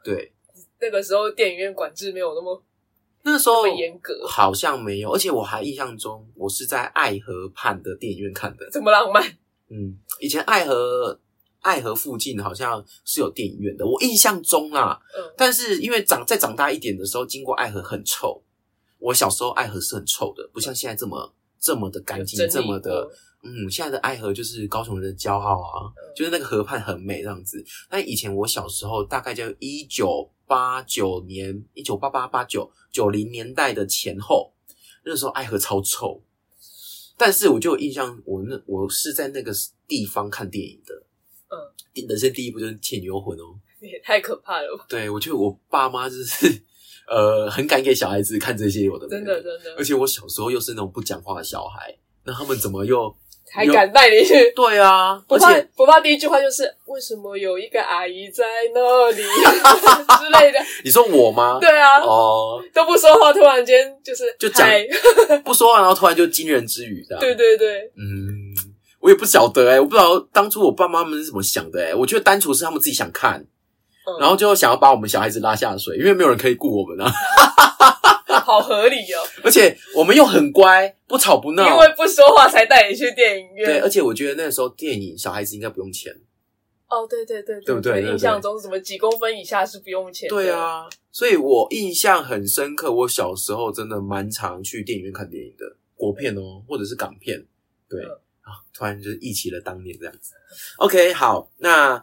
[SPEAKER 2] 对，
[SPEAKER 1] 那个时候电影院管制没有那么
[SPEAKER 2] 那个时
[SPEAKER 1] 那
[SPEAKER 2] 候
[SPEAKER 1] 么严格，
[SPEAKER 2] 好像没有，而且我还印象中我是在爱河畔的电影院看的，
[SPEAKER 1] 这么浪漫。
[SPEAKER 2] 嗯，以前爱河爱河附近好像是有电影院的，我印象中啦。
[SPEAKER 1] 嗯
[SPEAKER 2] 但是因为长再长大一点的时候，经过爱河很臭。我小时候爱河是很臭的，不像现在这么这么的干净，
[SPEAKER 1] 有整理
[SPEAKER 2] 这么的
[SPEAKER 1] 过
[SPEAKER 2] 嗯，现在的爱河就是高雄人的骄傲啊，就是那个河畔很美这样子。但以前我小时候，大概就一九八九年、一九八八、八九、九零年代的前后，那时候爱河超臭。但是我就有印象，我那我是在那个地方看电影的，
[SPEAKER 1] 嗯
[SPEAKER 2] 第，人生第一部就是《倩女幽魂》哦。
[SPEAKER 1] 也太可怕了吧！
[SPEAKER 2] 对，我觉得我爸妈就是 呃，很敢给小孩子看这些有的没
[SPEAKER 1] 真的，真的
[SPEAKER 2] 而，且我小时候又是那种不讲话的小孩，那他们怎么又
[SPEAKER 1] 还敢带你去？
[SPEAKER 2] 对啊？
[SPEAKER 1] 不
[SPEAKER 2] 而
[SPEAKER 1] 怕
[SPEAKER 2] 且
[SPEAKER 1] 不怕，第一句话就是为什么有一个阿姨在那里 之类的。
[SPEAKER 2] 你说我吗？
[SPEAKER 1] 对啊，
[SPEAKER 2] 哦，
[SPEAKER 1] 都不说话，突然间就是
[SPEAKER 2] 就讲
[SPEAKER 1] 嗨
[SPEAKER 2] 不说啊话，然后突然就惊人之语这样。
[SPEAKER 1] 对，对对，
[SPEAKER 2] 嗯，我也不晓得哎、我不知道当初我爸妈们是怎么想的哎、我觉得单纯是他们自己想看，
[SPEAKER 1] 嗯
[SPEAKER 2] 然后就想要把我们小孩子拉下水，因为没有人可以顾我们啊，
[SPEAKER 1] 好合理哦，
[SPEAKER 2] 而且我们又很乖，不吵不闹
[SPEAKER 1] 因。为不说话才带你去电影
[SPEAKER 2] 对，
[SPEAKER 1] 院
[SPEAKER 2] 而。且我觉得那时候电影小孩子应该不用钱。
[SPEAKER 1] 哦，对对对
[SPEAKER 2] 对不对对对
[SPEAKER 1] 印象中什么几公分以下是不用钱的。
[SPEAKER 2] 对，啊，所以我印象很深刻，我小时候真的蛮常去电影院看电影的，国片哦，或者是港片。对
[SPEAKER 1] 嗯
[SPEAKER 2] 啊，突然就忆起了当年这样子。OK，好， 那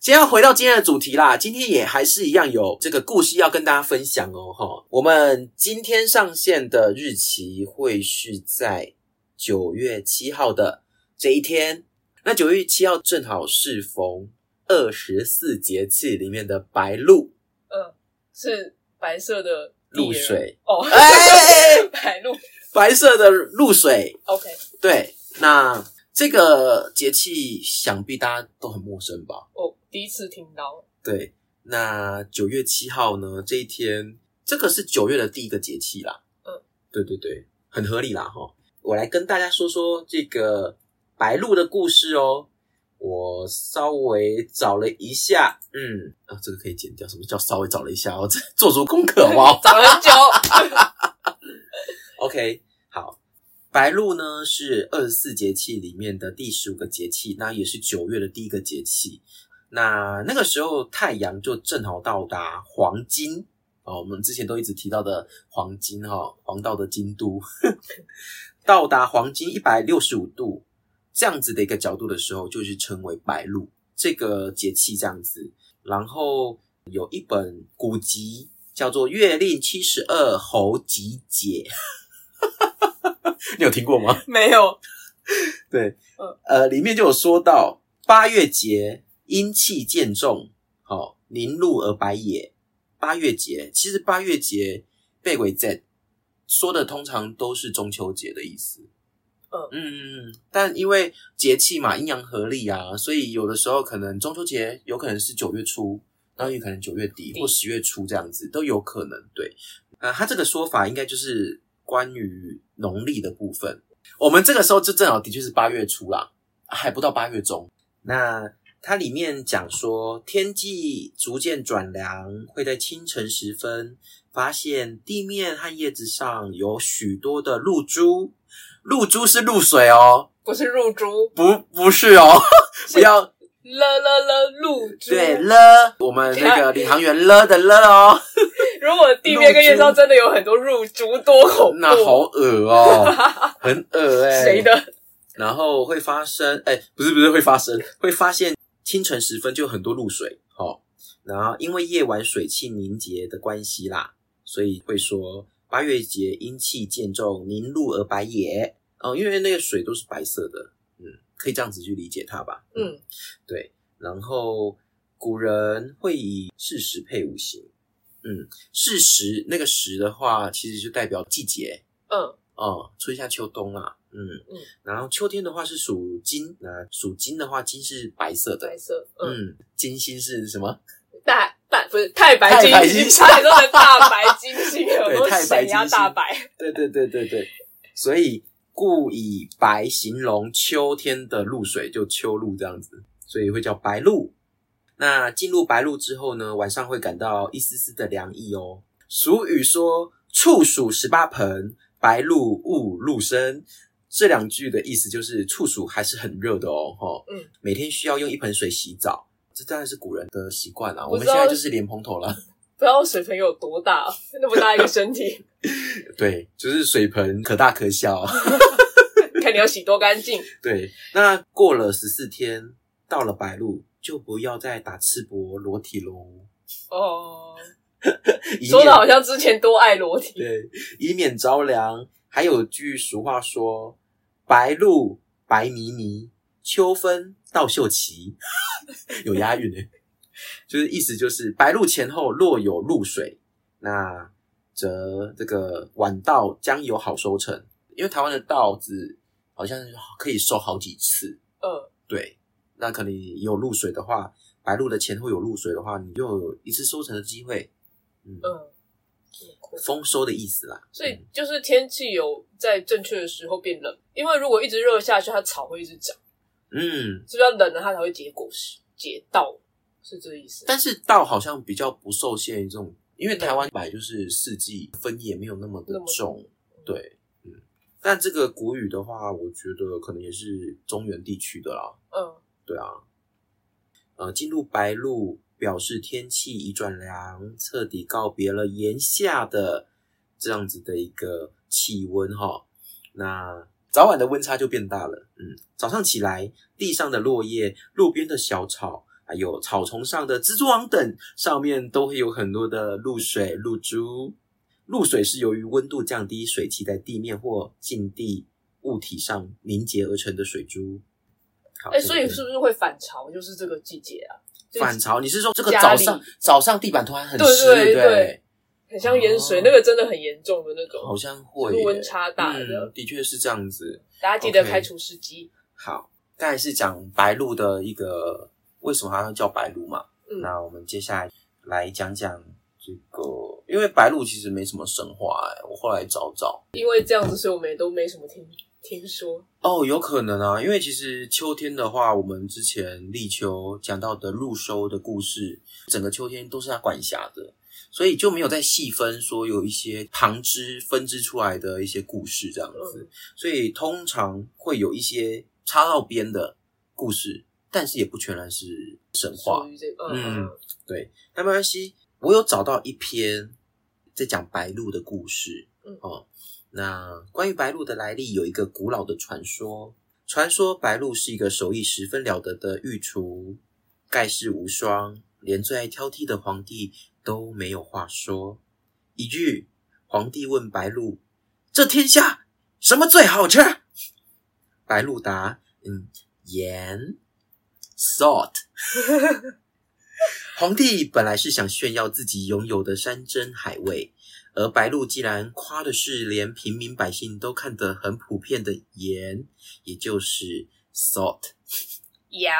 [SPEAKER 2] 先要回到今天的主题啦，今天也还是一样有这个故事要跟大家分享哦，哈。我们今天上线的日期会是在九月七号的这一天。那九月七号正好适逢二十四节气里面的白露
[SPEAKER 1] 嗯，是白色的
[SPEAKER 2] 露
[SPEAKER 1] 地人
[SPEAKER 2] 水，
[SPEAKER 1] 哦，
[SPEAKER 2] 哎哎哎
[SPEAKER 1] 白露。
[SPEAKER 2] 白色的露水。
[SPEAKER 1] OK，
[SPEAKER 2] 对，那这个节气想必大家都很陌生吧？
[SPEAKER 1] 我第一次听到。
[SPEAKER 2] 对，那九月七号呢？这一天，这个是九月的第一个节气啦。
[SPEAKER 1] 嗯，
[SPEAKER 2] 对对对，很合理啦哈。我来跟大家说说这个白鹿的故事哦。我稍微找了一下，嗯，啊，这个可以剪掉。什么叫稍微找了一下？哦 我这做足功课好不好？
[SPEAKER 1] 找很久，
[SPEAKER 2] OK，好，白露呢是二十四节气里面的第十五个节气，那也是九月的第一个节气。那那个时候太阳就正好到达黄金哦，我们之前都一直提到的黄金哈、哦，黄道的京都，到达黄金一百六十五度这样子的一个角度的时候，就是称为白露这个节气这样子。然后有一本古籍叫做《月令七十二候集解》， 你有听过吗？
[SPEAKER 1] 没有。
[SPEAKER 2] 对，
[SPEAKER 1] 嗯
[SPEAKER 2] 呃，里面就有说到八月节阴气渐重，好、凝露而白也。八月节其实八月节被鬼在说的通常都是中秋节的意思。
[SPEAKER 1] 嗯
[SPEAKER 2] 嗯，嗯但因为节气嘛，阴阳合历啊，所以有的时候可能中秋节有可能是九月初，然后也可能九月底或十月初这样子都有可能。对，啊、他这个说法应该就是关于农历的部分。我们这个时候就正好的确是八月初啦，还不到八月中。那它里面讲说，天气逐渐转凉，会在清晨时分发现地面和叶子上有许多的露珠。露珠是露水哦，
[SPEAKER 1] 不是入珠，
[SPEAKER 2] 不不是 哦，不要
[SPEAKER 1] 了了了，入珠。
[SPEAKER 2] 对了，我们那个领航员了的了哦，
[SPEAKER 1] 如果地面跟叶烧真的有很多入竹，多恐
[SPEAKER 2] 那好
[SPEAKER 1] 怖！
[SPEAKER 2] 恶哦、很恶哎、
[SPEAKER 1] 谁的？
[SPEAKER 2] 然后会发生，哎、不是不是会发生，会发现清晨时分就有很多露水，哦，然后因为夜晚水汽凝结的关系啦，所以会说八月节阴气渐重，凝露而白也，哦，因为那个水都是白色的，嗯，可以这样子去理解它吧，
[SPEAKER 1] 嗯，
[SPEAKER 2] 对，然后古人会以事时配五行，嗯，事时那个时的话，其实就代表季节，
[SPEAKER 1] 嗯，
[SPEAKER 2] 哦，春夏秋冬啊，嗯
[SPEAKER 1] 嗯
[SPEAKER 2] 然后秋天的话是属金，那属金的话，金是白色的
[SPEAKER 1] 白，色，嗯，
[SPEAKER 2] 嗯，金星是什么？
[SPEAKER 1] 大白不是太白金
[SPEAKER 2] 太白
[SPEAKER 1] 星，
[SPEAKER 2] 金
[SPEAKER 1] 差点说成大白金星了，
[SPEAKER 2] 对
[SPEAKER 1] 我说
[SPEAKER 2] 太白
[SPEAKER 1] 谁呀？
[SPEAKER 2] 金星
[SPEAKER 1] 大白，
[SPEAKER 2] 对对对对对，所以故以白形容秋天的露水，就秋露这样子，所以会叫白露。那进入白露之后呢，晚上会感到一丝丝的凉意哦。俗语说“处暑十八盆，白露勿入身”，这两句的意思就是处暑还是很热的哦，吼，
[SPEAKER 1] 嗯，
[SPEAKER 2] 每天需要用一盆水洗澡，这当然是古人的习惯啦。我
[SPEAKER 1] 我知
[SPEAKER 2] 们现
[SPEAKER 1] 道
[SPEAKER 2] 在就是莲蓬头啦。
[SPEAKER 1] 不知道水盆有多大，那么大一个身 体，
[SPEAKER 2] 对，就是水盆可大可小、啊。
[SPEAKER 1] 看你要洗多干净。
[SPEAKER 2] 对，那过了十四天，到了白露就不要再打赤膊裸体喽，
[SPEAKER 1] 哦，
[SPEAKER 2] 以
[SPEAKER 1] 说的好
[SPEAKER 2] 免
[SPEAKER 1] 像之前多爱裸体，
[SPEAKER 2] 对，以免着凉。还有句俗话说：“白露白迷迷，秋分到秀旗。” 有押韵诶，就是意思就是白露前后若有露水，那则这个晚稻将有好收成。因为台湾的稻子好像可以收好几次，
[SPEAKER 1] 嗯，
[SPEAKER 2] 对，那可能你有露水的话，白露的前后有露水的话，你就有一次收成的机会。嗯，
[SPEAKER 1] 嗯，
[SPEAKER 2] 丰收的意思啦。
[SPEAKER 1] 所以
[SPEAKER 2] 嗯
[SPEAKER 1] 就是天气有在正确的时候变冷，因为如果一直热下去，它草会一直长，
[SPEAKER 2] 嗯，
[SPEAKER 1] 是不是要冷了它才会结果实结稻？是这个意思？
[SPEAKER 2] 但是稻好像比较不受限于这种，因为台湾本来就是四季分野没有那么的
[SPEAKER 1] 那么
[SPEAKER 2] 重。对，嗯，但这个古语的话，我觉得可能也是中原地区的啦。
[SPEAKER 1] 嗯
[SPEAKER 2] 对啊，呃，进入白露表示天气已转凉，彻底告别了炎夏的这样子的一个气温哈。那早晚的温差就变大了，嗯，早上起来，地上的落叶、路边的小草，还有草丛上的蜘蛛网等，上面都会有很多的露水、露珠。露水是由于温度降低，水汽在地面或近地物体上凝结而成的水珠。好
[SPEAKER 1] 哎、
[SPEAKER 2] 这个
[SPEAKER 1] 所以
[SPEAKER 2] 嗯
[SPEAKER 1] 是不是会反潮？就是这个季节啊，就是
[SPEAKER 2] 反潮，你是说这个
[SPEAKER 1] 家
[SPEAKER 2] 早
[SPEAKER 1] 里
[SPEAKER 2] 上早上地板突然很
[SPEAKER 1] 对
[SPEAKER 2] 湿，
[SPEAKER 1] 对
[SPEAKER 2] 不
[SPEAKER 1] 对很像淹水，
[SPEAKER 2] 哦
[SPEAKER 1] 那个真的很严重的那种，
[SPEAKER 2] 好像
[SPEAKER 1] 就
[SPEAKER 2] 会
[SPEAKER 1] 是
[SPEAKER 2] 耶
[SPEAKER 1] 温差大的，
[SPEAKER 2] 嗯，的确是这样子。
[SPEAKER 1] 大家记得
[SPEAKER 2] OK
[SPEAKER 1] 开除湿机。
[SPEAKER 2] 好，刚才是讲白鹭的一个为什么它要叫白鹭嘛？
[SPEAKER 1] 嗯
[SPEAKER 2] 那我们接下来来讲讲这个，因为白鹭其实没什么神话、哎，我后来找找
[SPEAKER 1] 因为这样子，所以我们也都没什么听听说。
[SPEAKER 2] 哦，有可能啊，因为其实秋天的话，我们之前立秋讲到的入收的故事，整个秋天都是它管辖的。所以就没有再细分说有一些旁支分支出来的一些故事这样子，
[SPEAKER 1] 嗯
[SPEAKER 2] 所以通常会有一些插到边的故事，但是也不全然是神话
[SPEAKER 1] 属。于这个，嗯
[SPEAKER 2] 嗯，对，那没关系，我有找到一篇在讲白鹭的故事。
[SPEAKER 1] 嗯
[SPEAKER 2] 哦，那关于白鹭的来历，有一个古老的传说。传说白鹭是一个手艺十分了得的御厨，盖世无双，连最爱挑剔的皇帝都没有话说。一日，皇帝问白鹭：“这天下什么最好吃？”白鹭答：“嗯，盐，salt。”皇帝本来是想炫耀自己拥有的山珍海味，而白鹭既然夸的是连平民百姓都看得很普遍的盐，也就是 salt
[SPEAKER 1] 盐、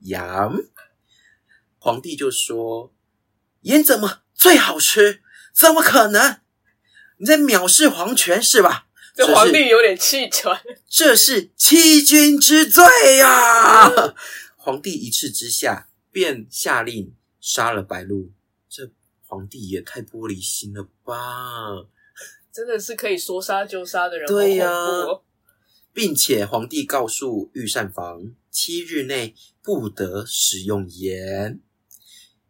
[SPEAKER 2] 盐，皇帝就说：“盐怎么最好吃？怎么可能？你在藐视皇权是吧？
[SPEAKER 1] 这
[SPEAKER 2] 是
[SPEAKER 1] 皇帝有点气喘。
[SPEAKER 2] 这是欺君之罪呀、 皇帝一气之下，便下令杀了白鹿。这皇帝也太玻璃心了吧！
[SPEAKER 1] 真的是可以说杀就杀的人，
[SPEAKER 2] 对呀、
[SPEAKER 1] 好恐怖哦
[SPEAKER 2] 并且皇帝告诉御膳房，七日内不得使用盐。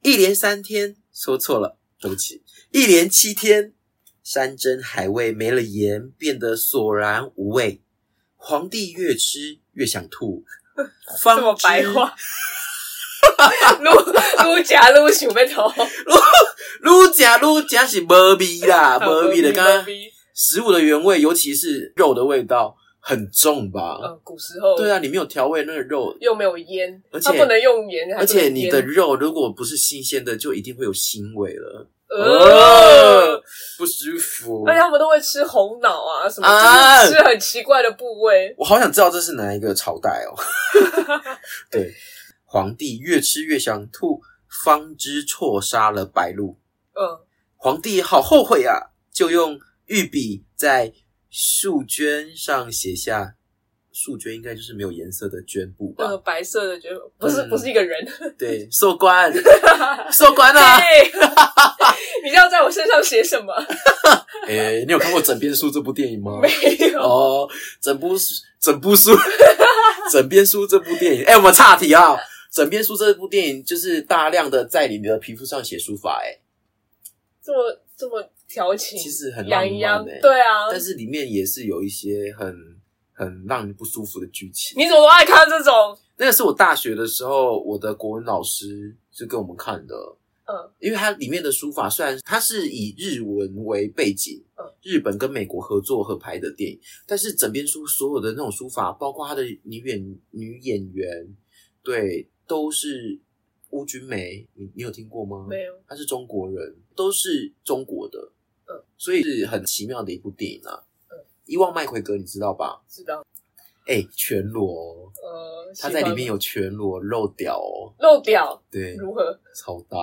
[SPEAKER 2] 一连三天，说错了，对不起，一连七天，山珍海味没了盐，变得索然无味。皇帝越吃越想吐，
[SPEAKER 1] 这么
[SPEAKER 2] 方知
[SPEAKER 1] 白 话，撸撸夹撸熊被头，
[SPEAKER 2] 啊愈食愈食是无味 啦，无味的。刚
[SPEAKER 1] 刚
[SPEAKER 2] 刚食物的原味，尤其是肉的味道很重吧？
[SPEAKER 1] 呃古时候
[SPEAKER 2] 对啊，你没有调味，那个肉，
[SPEAKER 1] 又没有腌，
[SPEAKER 2] 而且
[SPEAKER 1] 它不能用盐，还
[SPEAKER 2] 而
[SPEAKER 1] 不能
[SPEAKER 2] 且
[SPEAKER 1] 腌
[SPEAKER 2] 你的肉如果不是新鲜的，就一定会有腥味了，
[SPEAKER 1] 呃，
[SPEAKER 2] 哦，不舒服
[SPEAKER 1] 而。且他们都会吃红脑啊什么，
[SPEAKER 2] 啊
[SPEAKER 1] 就是吃很奇怪的部位。
[SPEAKER 2] 我好想知道这是哪一个朝代哦。对，皇帝越吃越想吐，方知错杀了白鹿。
[SPEAKER 1] 嗯，
[SPEAKER 2] 皇帝好后悔啊，就用御笔在素绢上写下“素绢”，应该就是没有颜色的绢布
[SPEAKER 1] 那
[SPEAKER 2] 吧
[SPEAKER 1] 个？白色的就不是
[SPEAKER 2] 嗯
[SPEAKER 1] 不是一个人。
[SPEAKER 2] 对， 收官，收官啊！
[SPEAKER 1] 对， 你知道在我身上写什么？
[SPEAKER 2] 诶、哎你有看过《枕边书》这部电影吗？
[SPEAKER 1] 没有，
[SPEAKER 2] 哦，整部书整部书 枕边书这部电影，哎、我们岔题啊！枕边书这部电影就是大量的在你的皮肤上写书法、哎，
[SPEAKER 1] 这么这么调情，
[SPEAKER 2] 其实很
[SPEAKER 1] 养
[SPEAKER 2] 浪漫、
[SPEAKER 1] 一样
[SPEAKER 2] 哎，
[SPEAKER 1] 对啊。
[SPEAKER 2] 但是里面也是有一些很很让人不舒服的剧情。
[SPEAKER 1] 你怎么都爱看这种？
[SPEAKER 2] 那个是我大学的时候，我的国文老师是给我们看的。
[SPEAKER 1] 嗯，
[SPEAKER 2] 因为它里面的书法虽然它是以日文为背景，
[SPEAKER 1] 嗯
[SPEAKER 2] 日本跟美国合作合拍的电影，但是整篇书所有的那种书法，包括它的女演女演员，对，都是邬君梅，你你有听过吗？
[SPEAKER 1] 没有，
[SPEAKER 2] 他是中国人，都是中国的，
[SPEAKER 1] 嗯，
[SPEAKER 2] 所以是很奇妙的一部电影啊。
[SPEAKER 1] 嗯
[SPEAKER 2] 伊万麦奎格你知道吧？
[SPEAKER 1] 知道。
[SPEAKER 2] 哎、全裸、哦，
[SPEAKER 1] 呃，
[SPEAKER 2] 他在里面
[SPEAKER 1] 有
[SPEAKER 2] 有全裸露屌哦，
[SPEAKER 1] 漏表
[SPEAKER 2] 对，
[SPEAKER 1] 如何？
[SPEAKER 2] 超大，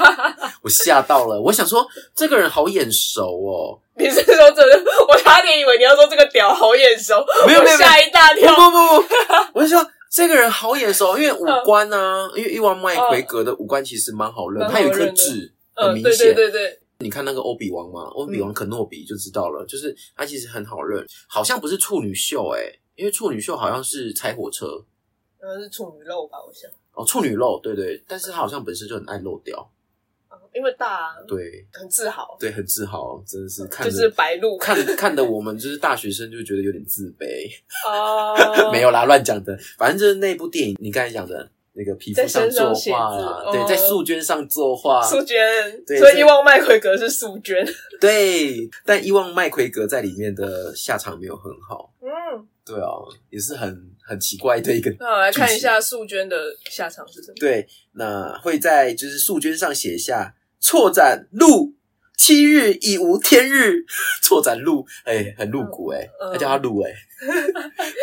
[SPEAKER 2] 我吓到了，我想说这个人好眼熟 哦，
[SPEAKER 1] 你是说这个？我差点以为你要说这个屌好眼熟，
[SPEAKER 2] 没有
[SPEAKER 1] 我
[SPEAKER 2] 没有没有
[SPEAKER 1] 吓一大
[SPEAKER 2] 不
[SPEAKER 1] 跳。
[SPEAKER 2] 哦不不不，我就说。这个人好眼熟，因为五官 啊，因为伊万麦奎格的五官其实蛮好认，
[SPEAKER 1] 嗯蛮好
[SPEAKER 2] 他有一颗
[SPEAKER 1] 认的
[SPEAKER 2] 痣，很
[SPEAKER 1] 嗯，
[SPEAKER 2] 明
[SPEAKER 1] 对对
[SPEAKER 2] 显。
[SPEAKER 1] 对嗯对，
[SPEAKER 2] 你看那个欧比王嘛，欧比王肯诺比就知道了，就是他其实很好认，好像不是处女秀诶、因为处女秀好像是拆火车
[SPEAKER 1] 然嗯后是处女肉吧，我想，
[SPEAKER 2] 哦，处女露，对对，但是他好像本身就很爱漏掉，
[SPEAKER 1] 嗯因为大啊
[SPEAKER 2] 对
[SPEAKER 1] 很自豪，
[SPEAKER 2] 对，很自豪，真的是看
[SPEAKER 1] 就
[SPEAKER 2] 着
[SPEAKER 1] 是白鹿
[SPEAKER 2] 看看的我们就是大学生就觉得有点自卑，
[SPEAKER 1] 哦，
[SPEAKER 2] 没有啦，乱讲的，反正就是那部电影，你刚才讲的那个皮肤
[SPEAKER 1] 在身
[SPEAKER 2] 作
[SPEAKER 1] 上写
[SPEAKER 2] 画
[SPEAKER 1] 字
[SPEAKER 2] 啦，
[SPEAKER 1] 哦
[SPEAKER 2] 对，在素绢上作画，
[SPEAKER 1] 素娟，
[SPEAKER 2] 啊对
[SPEAKER 1] 所
[SPEAKER 2] 所
[SPEAKER 1] 以
[SPEAKER 2] 以
[SPEAKER 1] 伊望麦奎格是素娟。
[SPEAKER 2] 对，但伊万麦奎格在里面的下场没有很好，
[SPEAKER 1] 嗯，
[SPEAKER 2] 对啊，也是很很奇怪的一个
[SPEAKER 1] 那我来看一下素娟的下场是什么。
[SPEAKER 2] 对，那会在就是素绢上写下“错斩鹿，七日已无天日”，错斩鹿，哎、很露骨哎、
[SPEAKER 1] 嗯
[SPEAKER 2] 他叫他鹿 哎、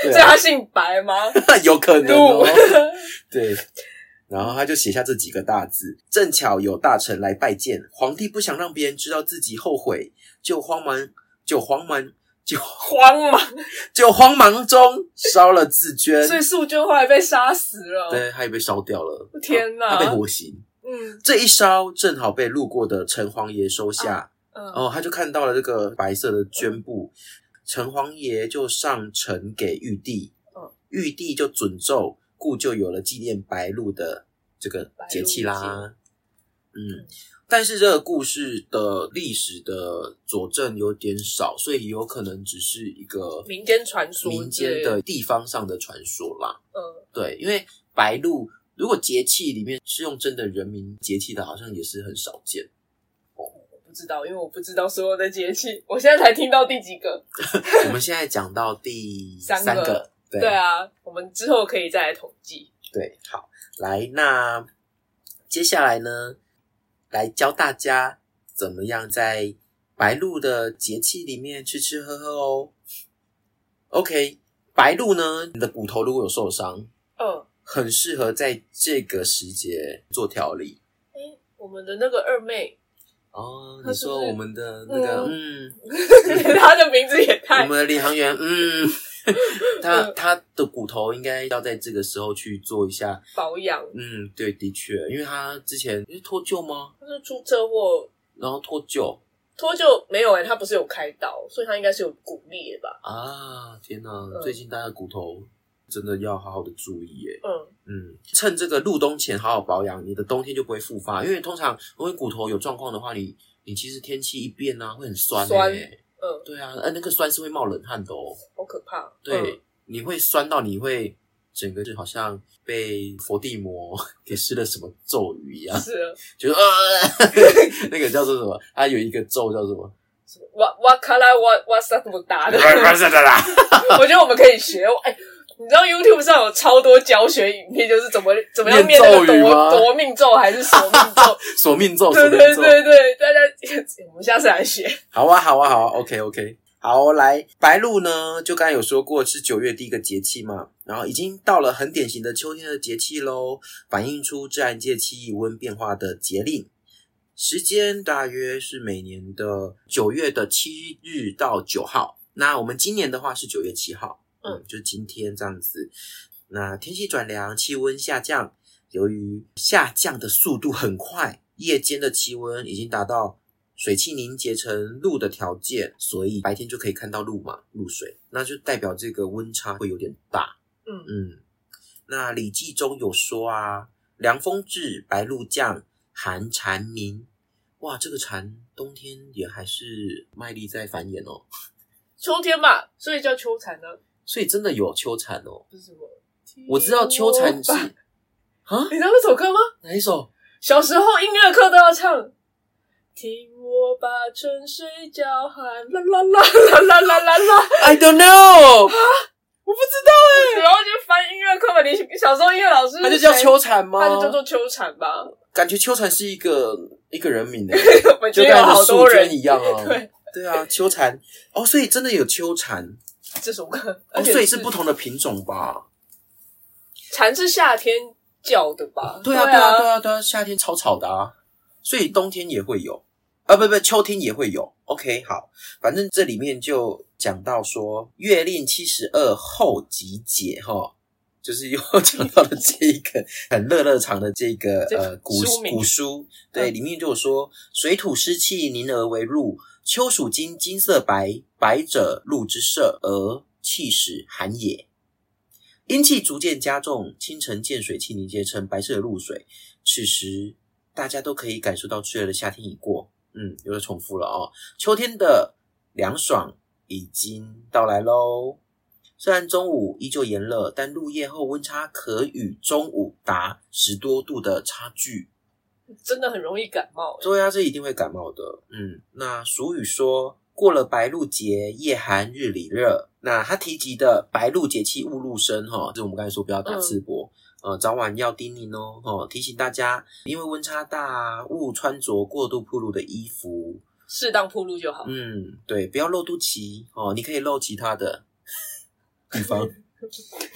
[SPEAKER 2] 对
[SPEAKER 1] 所以
[SPEAKER 2] 啊，
[SPEAKER 1] 他姓白 吗？
[SPEAKER 2] 有可能
[SPEAKER 1] 鹿
[SPEAKER 2] 哦， 对。然后他就写下这几个大字，正巧有大臣来拜见，皇帝不想让别人知道自己后悔，就慌忙就慌忙就
[SPEAKER 1] 慌嘛，
[SPEAKER 2] 就慌忙中烧了字绢，
[SPEAKER 1] 所以素娟后来被杀死了。
[SPEAKER 2] 对，他也被烧掉了，
[SPEAKER 1] 天哪
[SPEAKER 2] 他被火刑。
[SPEAKER 1] 嗯
[SPEAKER 2] 这一烧正好被路过的城隍爷收下，
[SPEAKER 1] 嗯，
[SPEAKER 2] 哦，他就看到了这个白色的绢布，城隍爷就上呈给玉帝
[SPEAKER 1] 嗯，
[SPEAKER 2] 玉帝就准奏，故就有了纪念白鹿的这个节气啦。嗯
[SPEAKER 1] 嗯，
[SPEAKER 2] 但是这个故事的历史的佐证有点少，所以有可能只是一个
[SPEAKER 1] 民间传说
[SPEAKER 2] 民
[SPEAKER 1] 之类
[SPEAKER 2] 间的地方上的传说啦。
[SPEAKER 1] 嗯，
[SPEAKER 2] 对，因为白鹿如果节气里面是用真的人民节气的，好像也是很少见。
[SPEAKER 1] 我不知道，因为我不知道所有的节气， 我现在才听到第几个。
[SPEAKER 2] 我们现在讲到第
[SPEAKER 1] 三个
[SPEAKER 2] 三个，对
[SPEAKER 1] 对啊，我们之后可以再来统计。
[SPEAKER 2] 对好，来，那接下来呢，来教大家怎么样在白鹿的节气里面吃吃喝喝哦。OK，白鹿呢，你的骨头如果有受伤，
[SPEAKER 1] 嗯，
[SPEAKER 2] 很适合在这个时节做调理。
[SPEAKER 1] 诶，我们的那个二 妹，
[SPEAKER 2] 哦，
[SPEAKER 1] 它
[SPEAKER 2] 你
[SPEAKER 1] 是不
[SPEAKER 2] 说
[SPEAKER 1] 是
[SPEAKER 2] 我们的那个，嗯
[SPEAKER 1] 她的名字也
[SPEAKER 2] 我
[SPEAKER 1] 太……
[SPEAKER 2] 们的领航 员，嗯，他他的骨头应该要在这个时候去做一下。
[SPEAKER 1] 保养，
[SPEAKER 2] 嗯，对，的确，因为他之前因为脱臼吗？
[SPEAKER 1] 她是出车祸
[SPEAKER 2] 然后脱臼
[SPEAKER 1] 脱臼没有哎、她不是有开刀，所以她应该是有骨裂吧？
[SPEAKER 2] 啊！天哪，
[SPEAKER 1] 嗯
[SPEAKER 2] 最近大家的骨头真的要好好的注意耶。
[SPEAKER 1] 嗯，
[SPEAKER 2] 嗯，趁这个入冬前好好保养，你的冬天就不会复发。因为通常如果你骨头有状况的话，你你其实天气一变啊，会很酸、欸。
[SPEAKER 1] 酸嗯
[SPEAKER 2] 对啊，呃，那个酸是会冒冷汗的哦。
[SPEAKER 1] 好可怕。
[SPEAKER 2] 对，
[SPEAKER 1] 嗯
[SPEAKER 2] 你会酸到你会整个就好像被佛地魔给施了什么咒语一样，
[SPEAKER 1] 是
[SPEAKER 2] 就是呃， 那个叫做什么？它有一个咒叫什么？
[SPEAKER 1] 哇哇卡拉哇哇萨这么
[SPEAKER 2] 啊
[SPEAKER 1] 大 的，
[SPEAKER 2] 啦，
[SPEAKER 1] 我觉得我们可以学。哎、你知道 YouTube 上有超多教学影片，就是怎么怎么样念那个
[SPEAKER 2] 念咒语吗
[SPEAKER 1] 夺夺命咒还是什么命 咒？
[SPEAKER 2] 索命咒，
[SPEAKER 1] 对
[SPEAKER 2] 索命
[SPEAKER 1] 对
[SPEAKER 2] 咒。
[SPEAKER 1] 对对，大家我们下次来学。
[SPEAKER 2] 好啊，好啊，好啊，OK OK。好，来白露呢，就刚才有说过是九月第一个节气嘛，然后已经到了很典型的秋天的节气喽，反映出自然界气温变化的节令。时间大约是每年的九月的七日到九号，那我们今年的话是九月七号，
[SPEAKER 1] 嗯
[SPEAKER 2] 嗯，就是今天这样子。那天气转凉，气温下降，由于下降的速度很快，夜间的气温已经达到水汽凝结成露的条件，所以白天就可以看到露嘛，露水，那就代表这个温差会有点大。
[SPEAKER 1] 嗯
[SPEAKER 2] 嗯，那《礼记》中有说啊，凉风至，白露降，寒蝉鸣。哇，这个蝉冬天也还是卖力在繁衍哦，
[SPEAKER 1] 秋天嘛，所以叫秋蝉呢，
[SPEAKER 2] 所以真的有秋蝉哦。
[SPEAKER 1] 不是什么。
[SPEAKER 2] 我知道秋蝉是
[SPEAKER 1] 你
[SPEAKER 2] 啊，
[SPEAKER 1] 知道那首歌吗？
[SPEAKER 2] 哪一首？
[SPEAKER 1] 小时候音乐课都要唱。听我把春水叫喊，啦啦啦啦啦啦啦啦。
[SPEAKER 2] I don't know，我不知道，
[SPEAKER 1] 然后就翻音乐课本，你小时候音乐老师
[SPEAKER 2] 它就是叫
[SPEAKER 1] 谁
[SPEAKER 2] 秋，蝉吗？
[SPEAKER 1] 他就叫做秋蝉吧。
[SPEAKER 2] 感觉秋蝉是一个一个人名诶，
[SPEAKER 1] 我们
[SPEAKER 2] 就
[SPEAKER 1] 就
[SPEAKER 2] 跟
[SPEAKER 1] 有
[SPEAKER 2] 那个
[SPEAKER 1] 好
[SPEAKER 2] 素
[SPEAKER 1] 多
[SPEAKER 2] 贞
[SPEAKER 1] 人
[SPEAKER 2] 一样啊。
[SPEAKER 1] 对
[SPEAKER 2] 对啊，秋蝉哦，所以真的有秋蝉
[SPEAKER 1] 这首歌，
[SPEAKER 2] 哦，
[SPEAKER 1] 而且
[SPEAKER 2] 所以是不同的品种吧？
[SPEAKER 1] 蝉是夏天叫的吧？
[SPEAKER 2] 对啊，
[SPEAKER 1] 啊，
[SPEAKER 2] 对啊，对啊，对啊，夏天超吵的啊，所以冬天也会有啊，不不，秋天也会有。OK，好，反正这里面就讲到说月令七十二后集解哈。就是又 讲到了这一个很乐乐场的这个
[SPEAKER 1] 这
[SPEAKER 2] 呃古
[SPEAKER 1] 书名
[SPEAKER 2] 古书，对，
[SPEAKER 1] 嗯
[SPEAKER 2] 里面就有说水土湿气凝而为露，秋属金，金色白，白者露之色，而气始寒也。阴气逐渐加重，清晨见水汽凝结成白色的露水，此时大家都可以感受到炙热的夏天已过。嗯，有点重复了哦。秋天的凉爽已经到来喽。虽然中午依旧炎热，但入夜后温差可与中午达十多度的差距。
[SPEAKER 1] 真的很容易感冒。
[SPEAKER 2] 对啊，这一定会感冒的。嗯，那俗语说过了白露节，夜寒日里热。那他提及的白露节气勿入深哈，就是我们刚才说不要打赤膊，
[SPEAKER 1] 嗯
[SPEAKER 2] 呃，早晚要叮咛哦，哦，提醒大家，因为温差大啊，勿穿着过度暴露的衣服。
[SPEAKER 1] 适当铺路就好。
[SPEAKER 2] 嗯，对，不要露肚脐哦，你可以露其他的地方，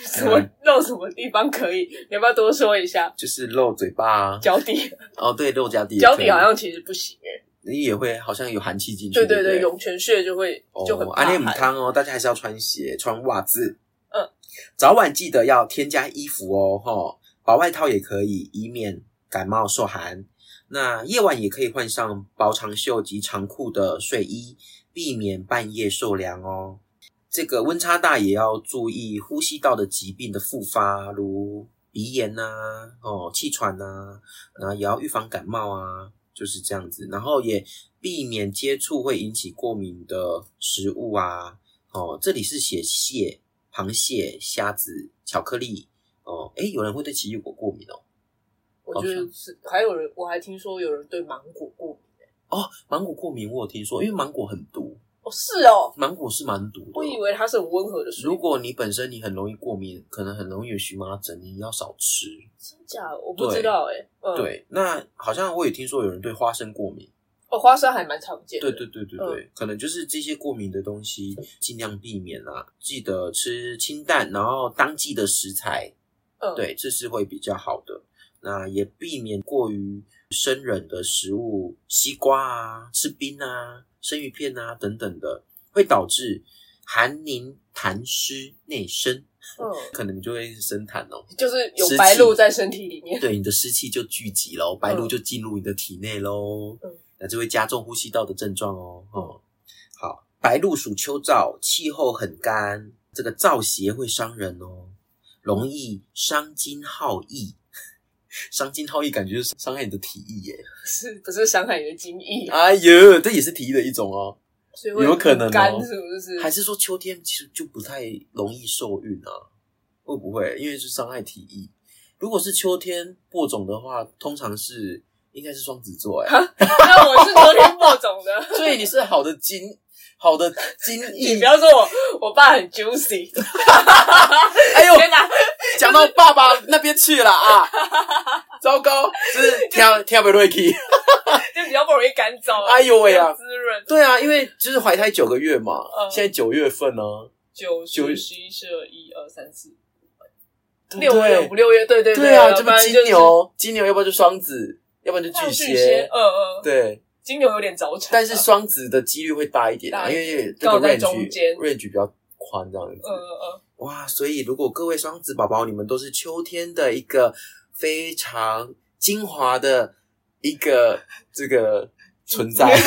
[SPEAKER 1] 什么到什么地方可以？ 你要不要多说一下？
[SPEAKER 2] 就是露嘴巴啊。
[SPEAKER 1] 脚底，
[SPEAKER 2] 哦，对，露脚底也可以，
[SPEAKER 1] 脚底好像其实不行诶。
[SPEAKER 2] 你也会好像有寒气进去。
[SPEAKER 1] 对
[SPEAKER 2] 对
[SPEAKER 1] 对
[SPEAKER 2] 不
[SPEAKER 1] 对，涌泉穴就会就很
[SPEAKER 2] 哦，
[SPEAKER 1] 怕
[SPEAKER 2] 阿姆
[SPEAKER 1] 寒。
[SPEAKER 2] 汤哦，大家还是要穿鞋、穿袜子。
[SPEAKER 1] 嗯，
[SPEAKER 2] 早晚记得要添加衣服哦，吼、薄外套也可以，以免感冒受寒。那夜晚也可以换上薄长袖及长裤的睡衣，避免半夜受凉哦。这个温差大也要注意呼吸道的疾病的复发，如鼻炎呐、哦气喘呐、然后也要预防感冒啊，就是这样子。然后也避免接触会引起过敏的食物啊。哦，这里是写蟹、螃蟹、虾子、巧克力。哦，诶，有人会对奇异果过敏哦。
[SPEAKER 1] 我觉得是，还有人我还听说有人对芒果过敏。
[SPEAKER 2] 哦，芒果过敏我有听说，因为芒果很毒，
[SPEAKER 1] 哦，是哦，
[SPEAKER 2] 芒果是蛮毒的。
[SPEAKER 1] 我以为它是很温和的水
[SPEAKER 2] 如
[SPEAKER 1] 果。
[SPEAKER 2] 果你本身你很容易过敏，可能很容易有荨麻疹，你要少吃。
[SPEAKER 1] 真假的？我不知道诶。嗯，
[SPEAKER 2] 对，那好像我也听说有人对花生过敏。
[SPEAKER 1] 哦，花生还蛮常见的。
[SPEAKER 2] 对对对对对，可能就是这些过敏的东西尽量避免啦、记得吃清淡，然后当季的食材，
[SPEAKER 1] 嗯，
[SPEAKER 2] 对，这是会比较好的。那也避免过于生冷的食物，西瓜啊、吃冰啊、生鱼片啊等等的，会导致寒凝痰湿内生，
[SPEAKER 1] 嗯。
[SPEAKER 2] 可能你就会生痰哦。
[SPEAKER 1] 就是有白
[SPEAKER 2] 湿
[SPEAKER 1] 鹭
[SPEAKER 2] 气
[SPEAKER 1] 在身体里面。
[SPEAKER 2] 对，你的湿气就聚集喽，白鹭就进入你的体内喽，
[SPEAKER 1] 嗯
[SPEAKER 2] 那就会加重呼吸道的症状哦。哦，好，白鹭属秋燥，气候很干，这个燥邪会伤人哦。容易伤筋耗益。 伤筋耗益感觉就是伤害你的体液耶。
[SPEAKER 1] 是不是伤害你的精液啊？
[SPEAKER 2] 哎呦，这也是体液的一种哦。
[SPEAKER 1] 所以会
[SPEAKER 2] 有可能哦
[SPEAKER 1] 干是不是？
[SPEAKER 2] 还是说秋天其实就不太容易受孕啊？会不会因为是伤害体液？如果是秋天播种的话，通常是应该是双子 座哎、
[SPEAKER 1] 那我是昨天播种 的。
[SPEAKER 2] 所以你是好的精，好的精
[SPEAKER 1] 你
[SPEAKER 2] 益
[SPEAKER 1] 不。要说我我爸很 juicy，
[SPEAKER 2] 哎呦，
[SPEAKER 1] 天哪！
[SPEAKER 2] 讲到爸爸那边去了啊！糟糕，就是听听不瑞奇。
[SPEAKER 1] 就比较不容易干燥。
[SPEAKER 2] 哎呦喂啊
[SPEAKER 1] 比较滋润
[SPEAKER 2] 对啊，因为就是怀胎九个月嘛，
[SPEAKER 1] 嗯
[SPEAKER 2] 现在九月份啊呢、
[SPEAKER 1] 九
[SPEAKER 2] 九
[SPEAKER 1] 十十一十二一二三四
[SPEAKER 2] 对不
[SPEAKER 1] 六月
[SPEAKER 2] 对
[SPEAKER 1] 五六月，对对
[SPEAKER 2] 对啊，这
[SPEAKER 1] 不
[SPEAKER 2] 不
[SPEAKER 1] 然
[SPEAKER 2] 金
[SPEAKER 1] 就是
[SPEAKER 2] 牛，金牛要不然就双子，要不然就
[SPEAKER 1] 像
[SPEAKER 2] 巨
[SPEAKER 1] 巨蟹，嗯嗯，
[SPEAKER 2] 对，
[SPEAKER 1] 金牛有点早产啊，
[SPEAKER 2] 但是双子的几率会大一点啊，
[SPEAKER 1] 大一
[SPEAKER 2] 因
[SPEAKER 1] 点
[SPEAKER 2] 为这
[SPEAKER 1] 刚好
[SPEAKER 2] 个
[SPEAKER 1] 在中
[SPEAKER 2] range
[SPEAKER 1] 间
[SPEAKER 2] range 比较宽这样子。
[SPEAKER 1] 嗯嗯
[SPEAKER 2] 哇，所以如果各位双子宝宝，你们都是秋天的一个非常精华的一个这个存 在，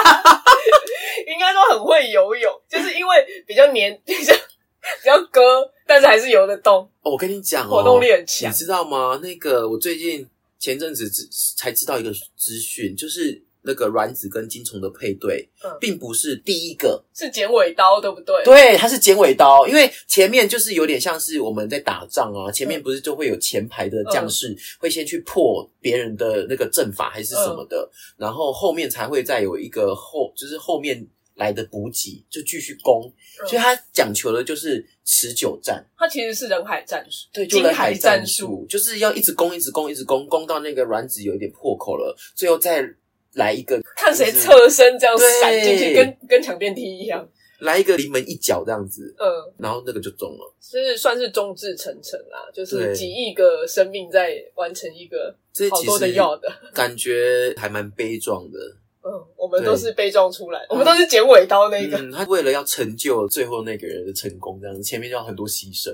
[SPEAKER 1] 嗯，应该都很会游泳，就是因为比较黏， 比较比较割，但是还是游得动，
[SPEAKER 2] 哦我跟你讲哦，
[SPEAKER 1] 活动力很
[SPEAKER 2] 你
[SPEAKER 1] 强。
[SPEAKER 2] 知道吗？那个我最近前阵子只才知道一个资讯，就是那个卵子跟精虫的配对，
[SPEAKER 1] 嗯
[SPEAKER 2] 并不是第一个，
[SPEAKER 1] 是剪尾刀，对不 对？
[SPEAKER 2] 对，它是剪尾刀，因为前面就是有点像是我们在打仗啊，前面不是就会有前排的将士、
[SPEAKER 1] 嗯
[SPEAKER 2] 会先去破别人的那个阵法还是什么的，
[SPEAKER 1] 嗯
[SPEAKER 2] 然后后面才会再有一个后，就是后面来的补给就继续攻，
[SPEAKER 1] 嗯
[SPEAKER 2] 所以它讲求的就是持久战。
[SPEAKER 1] 它其实是人海战术，
[SPEAKER 2] 对，就
[SPEAKER 1] 金
[SPEAKER 2] 人
[SPEAKER 1] 海
[SPEAKER 2] 战
[SPEAKER 1] 术，
[SPEAKER 2] 术，就是要一直攻，一直攻，一直攻，攻到那个卵子有一点破口了，最后再来一个，
[SPEAKER 1] 看谁
[SPEAKER 2] 就是
[SPEAKER 1] 侧身这样闪进去，
[SPEAKER 2] 对
[SPEAKER 1] 跟跟抢电梯一样。
[SPEAKER 2] 来一个临门一脚这样子，
[SPEAKER 1] 嗯，
[SPEAKER 2] 然后那个就中了，
[SPEAKER 1] 就是算是众志成城啦，就是
[SPEAKER 2] 对
[SPEAKER 1] 几亿个生命在完成一个
[SPEAKER 2] 这
[SPEAKER 1] 好
[SPEAKER 2] 其
[SPEAKER 1] 多的
[SPEAKER 2] 实
[SPEAKER 1] 要的。
[SPEAKER 2] 感觉还蛮悲壮的。
[SPEAKER 1] 嗯，我们
[SPEAKER 2] 对嗯
[SPEAKER 1] 都是被撞出来，我们都是剪尾刀那个。
[SPEAKER 2] 嗯，他为了要成就最后那个人的成功，这样子前面就要很多牺牲。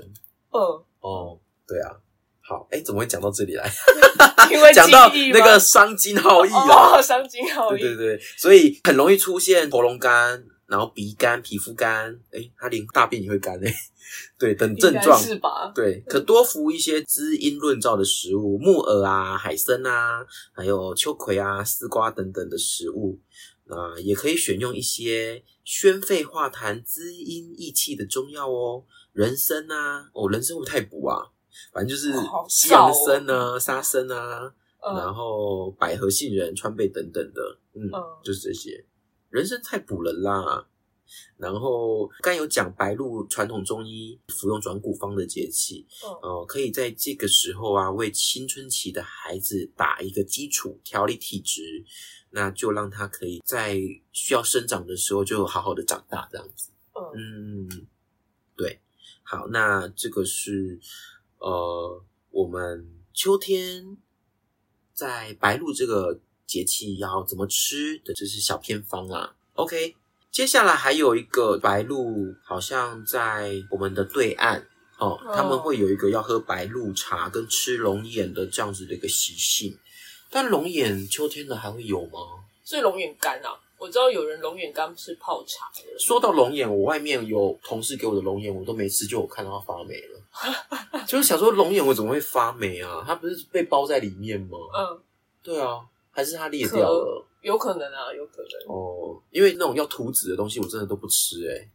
[SPEAKER 1] 嗯，
[SPEAKER 2] 哦，对啊。好，哎，怎么会讲到这里 来？
[SPEAKER 1] 嗯因为
[SPEAKER 2] 讲到
[SPEAKER 1] 记忆
[SPEAKER 2] 那
[SPEAKER 1] 吗
[SPEAKER 2] 个伤筋耗益啦。
[SPEAKER 1] 哦，伤筋耗
[SPEAKER 2] 对对
[SPEAKER 1] 益，
[SPEAKER 2] 对，所以很容易出现喉咙干，然后鼻干、皮肤干，哎，他连大便也会干哎，对，等症
[SPEAKER 1] 应该
[SPEAKER 2] 状。
[SPEAKER 1] 是吧？
[SPEAKER 2] 对，可多服一些滋阴润燥的食物，木耳啊、海参啊，还有秋葵啊、丝瓜等等的食物。那、也可以选用一些宣肺化痰、滋阴益气的中药哦，人参啊，哦，人参会不会太补啊？反正就是
[SPEAKER 1] 好
[SPEAKER 2] 西
[SPEAKER 1] 少
[SPEAKER 2] 洋
[SPEAKER 1] 哦
[SPEAKER 2] 参啊、沙参啊，然
[SPEAKER 1] 嗯
[SPEAKER 2] 后百合、杏仁、川贝等等的，嗯，
[SPEAKER 1] 嗯
[SPEAKER 2] 就是这些。人参太补人啦。然后刚有讲白露传统中医服用转骨方的节气，
[SPEAKER 1] 嗯，
[SPEAKER 2] 呃，可以在这个时候啊，为青春期的孩子打一个基础，调理体质，那就让他可以在需要生长的时候就好好的长大，这样子。嗯，对，好，那这个是呃，我们秋天在白露这个节气要怎么吃的，这是小偏方啦。OK，接下来还有一个白露，好像在我们的对岸。哦，他们
[SPEAKER 1] 哦
[SPEAKER 2] 会有一个要喝白露茶跟吃龙眼的这样子的一个习性，但龙眼秋天的还会有吗？
[SPEAKER 1] 所以龙眼干啊，我知道有人龙眼干是泡茶的，
[SPEAKER 2] 说到龙眼，我外面有同事给我的龙眼，我都没吃，就我看到它发霉了，就是想说龙眼我怎么会发霉啊？它不是被包在里面吗？
[SPEAKER 1] 嗯，
[SPEAKER 2] 对啊，还是它裂掉了？
[SPEAKER 1] 有可能啊，有可 能。
[SPEAKER 2] 哦，因为那种要涂脂的东西，我真的都不吃哎、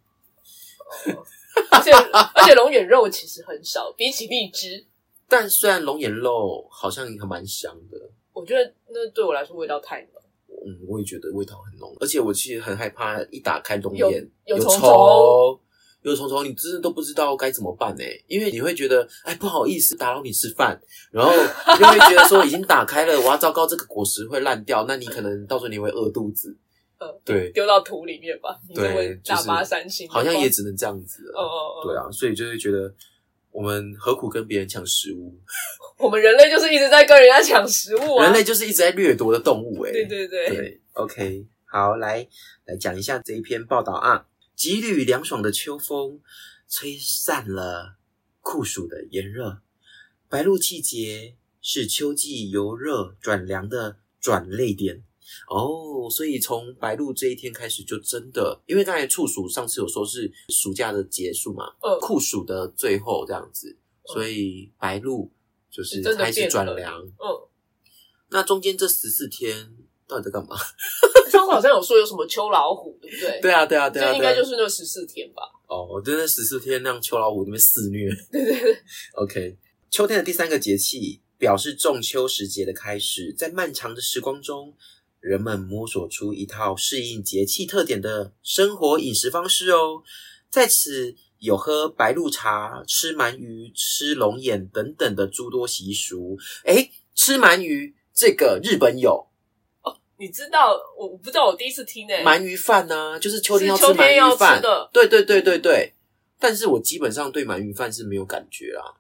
[SPEAKER 1] 而且而且龙眼肉其实很少，比起荔枝，
[SPEAKER 2] 但虽然龙眼肉好像还蛮香的，
[SPEAKER 1] 我觉得那对我来说味道太浓，
[SPEAKER 2] 嗯，我也觉得味道很浓，而且我其实很害怕一打开龙
[SPEAKER 1] 有
[SPEAKER 2] 眼
[SPEAKER 1] 有虫
[SPEAKER 2] 虫
[SPEAKER 1] 虫，
[SPEAKER 2] 有虫虫，你真的都不知道该怎么办哎、因为你会觉得哎不好意思打扰你吃饭，然后你就会觉得说已经打开了，我要糟糕，这个果实会烂掉，那你可能到时候你会饿肚 子，
[SPEAKER 1] 嗯
[SPEAKER 2] 对，
[SPEAKER 1] 丢到土里面吧，你就
[SPEAKER 2] 对
[SPEAKER 1] 会
[SPEAKER 2] 就
[SPEAKER 1] 大
[SPEAKER 2] 是
[SPEAKER 1] 发三星。
[SPEAKER 2] 好像也只能这样子了，
[SPEAKER 1] 哦哦哦，
[SPEAKER 2] 对啊，所以就会觉得我们何苦跟别人抢食物？
[SPEAKER 1] 我们人类就是一直在跟人家抢食物啊，
[SPEAKER 2] 人类就是一直在掠夺的动物、欸，
[SPEAKER 1] 对对对，
[SPEAKER 2] 对，OK，好，来来讲一下这一篇报道啊。几缕凉爽的秋风，吹散了酷暑的炎热。白露季节是秋季由热转凉的转泪点哦，所以从白露这一天开始，就真的，因为刚才处暑上次有说是暑假的结束嘛，
[SPEAKER 1] 嗯
[SPEAKER 2] 酷暑的最后这样子。所以白露就是
[SPEAKER 1] 真的
[SPEAKER 2] 开始
[SPEAKER 1] 变
[SPEAKER 2] 转
[SPEAKER 1] 冷
[SPEAKER 2] 凉。
[SPEAKER 1] 嗯，
[SPEAKER 2] 那中间这十四天到底在干嘛？
[SPEAKER 1] 上次好像有说有什么秋老虎，对不对？
[SPEAKER 2] 对啊，对啊，对啊，
[SPEAKER 1] 就应该
[SPEAKER 2] 对啊
[SPEAKER 1] 就是那十四天吧。
[SPEAKER 2] 哦，我真的十四天让秋老虎那边肆虐。对对对，OK。秋天的第三个节气表示仲秋时节的开始，在漫长的时光中，人们摸索出一套适应节气特点的生活饮食方式哦。在此有喝白露茶、吃鳗鱼、吃龙眼等等的诸多习俗。诶，吃鳗鱼这个日本有
[SPEAKER 1] 你知道，我我不知道，我第一次听诶、
[SPEAKER 2] 鳗鱼饭呢、就是秋天要
[SPEAKER 1] 是
[SPEAKER 2] 吃
[SPEAKER 1] 秋天
[SPEAKER 2] 鳗
[SPEAKER 1] 要
[SPEAKER 2] 鱼饭
[SPEAKER 1] 吃。的，
[SPEAKER 2] 对对对对对，但是我基本上对鳗鱼饭是没有感觉啦，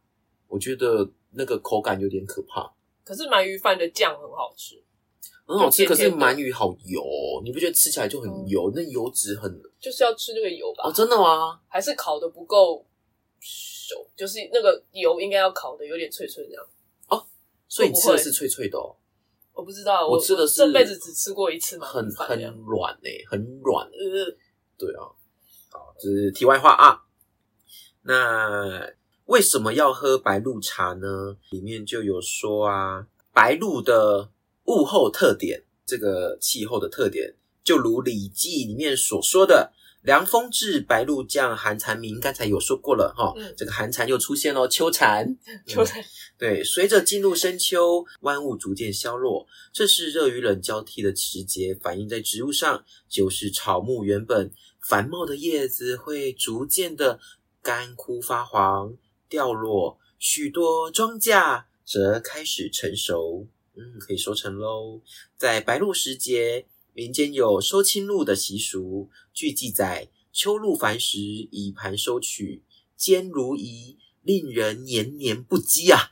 [SPEAKER 2] 我觉得那个口感有点可怕，
[SPEAKER 1] 可是鳗鱼饭的酱很好吃，
[SPEAKER 2] 很好吃，
[SPEAKER 1] 就
[SPEAKER 2] 可是
[SPEAKER 1] 甜甜的嗯
[SPEAKER 2] 鳗鱼好油哦，你不觉得吃起来就很油？那油脂很
[SPEAKER 1] 就是要吃那个油吧？
[SPEAKER 2] 哦，真的吗？
[SPEAKER 1] 还是烤的不够熟，就是那个油应该要烤的有点脆脆这样。
[SPEAKER 2] 所以你吃的
[SPEAKER 1] 会
[SPEAKER 2] 是脆脆的哦，
[SPEAKER 1] 我不知道，
[SPEAKER 2] 我
[SPEAKER 1] 我
[SPEAKER 2] 吃的是
[SPEAKER 1] 这辈子只吃过一次鳗
[SPEAKER 2] 很
[SPEAKER 1] 鱼饭
[SPEAKER 2] 很
[SPEAKER 1] 这样。
[SPEAKER 2] 软诶、很软欸
[SPEAKER 1] 呃，
[SPEAKER 2] 对啊，好，这是题外话啊。那为什么要喝白露茶呢？里面就有说啊，白露的物候特点，这个气候的特点，就如《礼记》里面所说的“凉风至，白露降，寒蝉鸣”，刚才有说过了哈。
[SPEAKER 1] 嗯
[SPEAKER 2] 这个寒蝉又出现了，秋蝉。
[SPEAKER 1] 就在
[SPEAKER 2] 对，随着进入深秋，万物逐渐消落，这是热与冷交替的时节，反映在植物上，就是草木原本繁茂的叶子会逐渐的干枯发黄、掉落，许多庄稼则开始成熟，嗯，可以收成喽。在白露时节，民间有收青露的习俗，据记载，秋露繁时，以盘收取，坚如饴，令人年年不饥啊。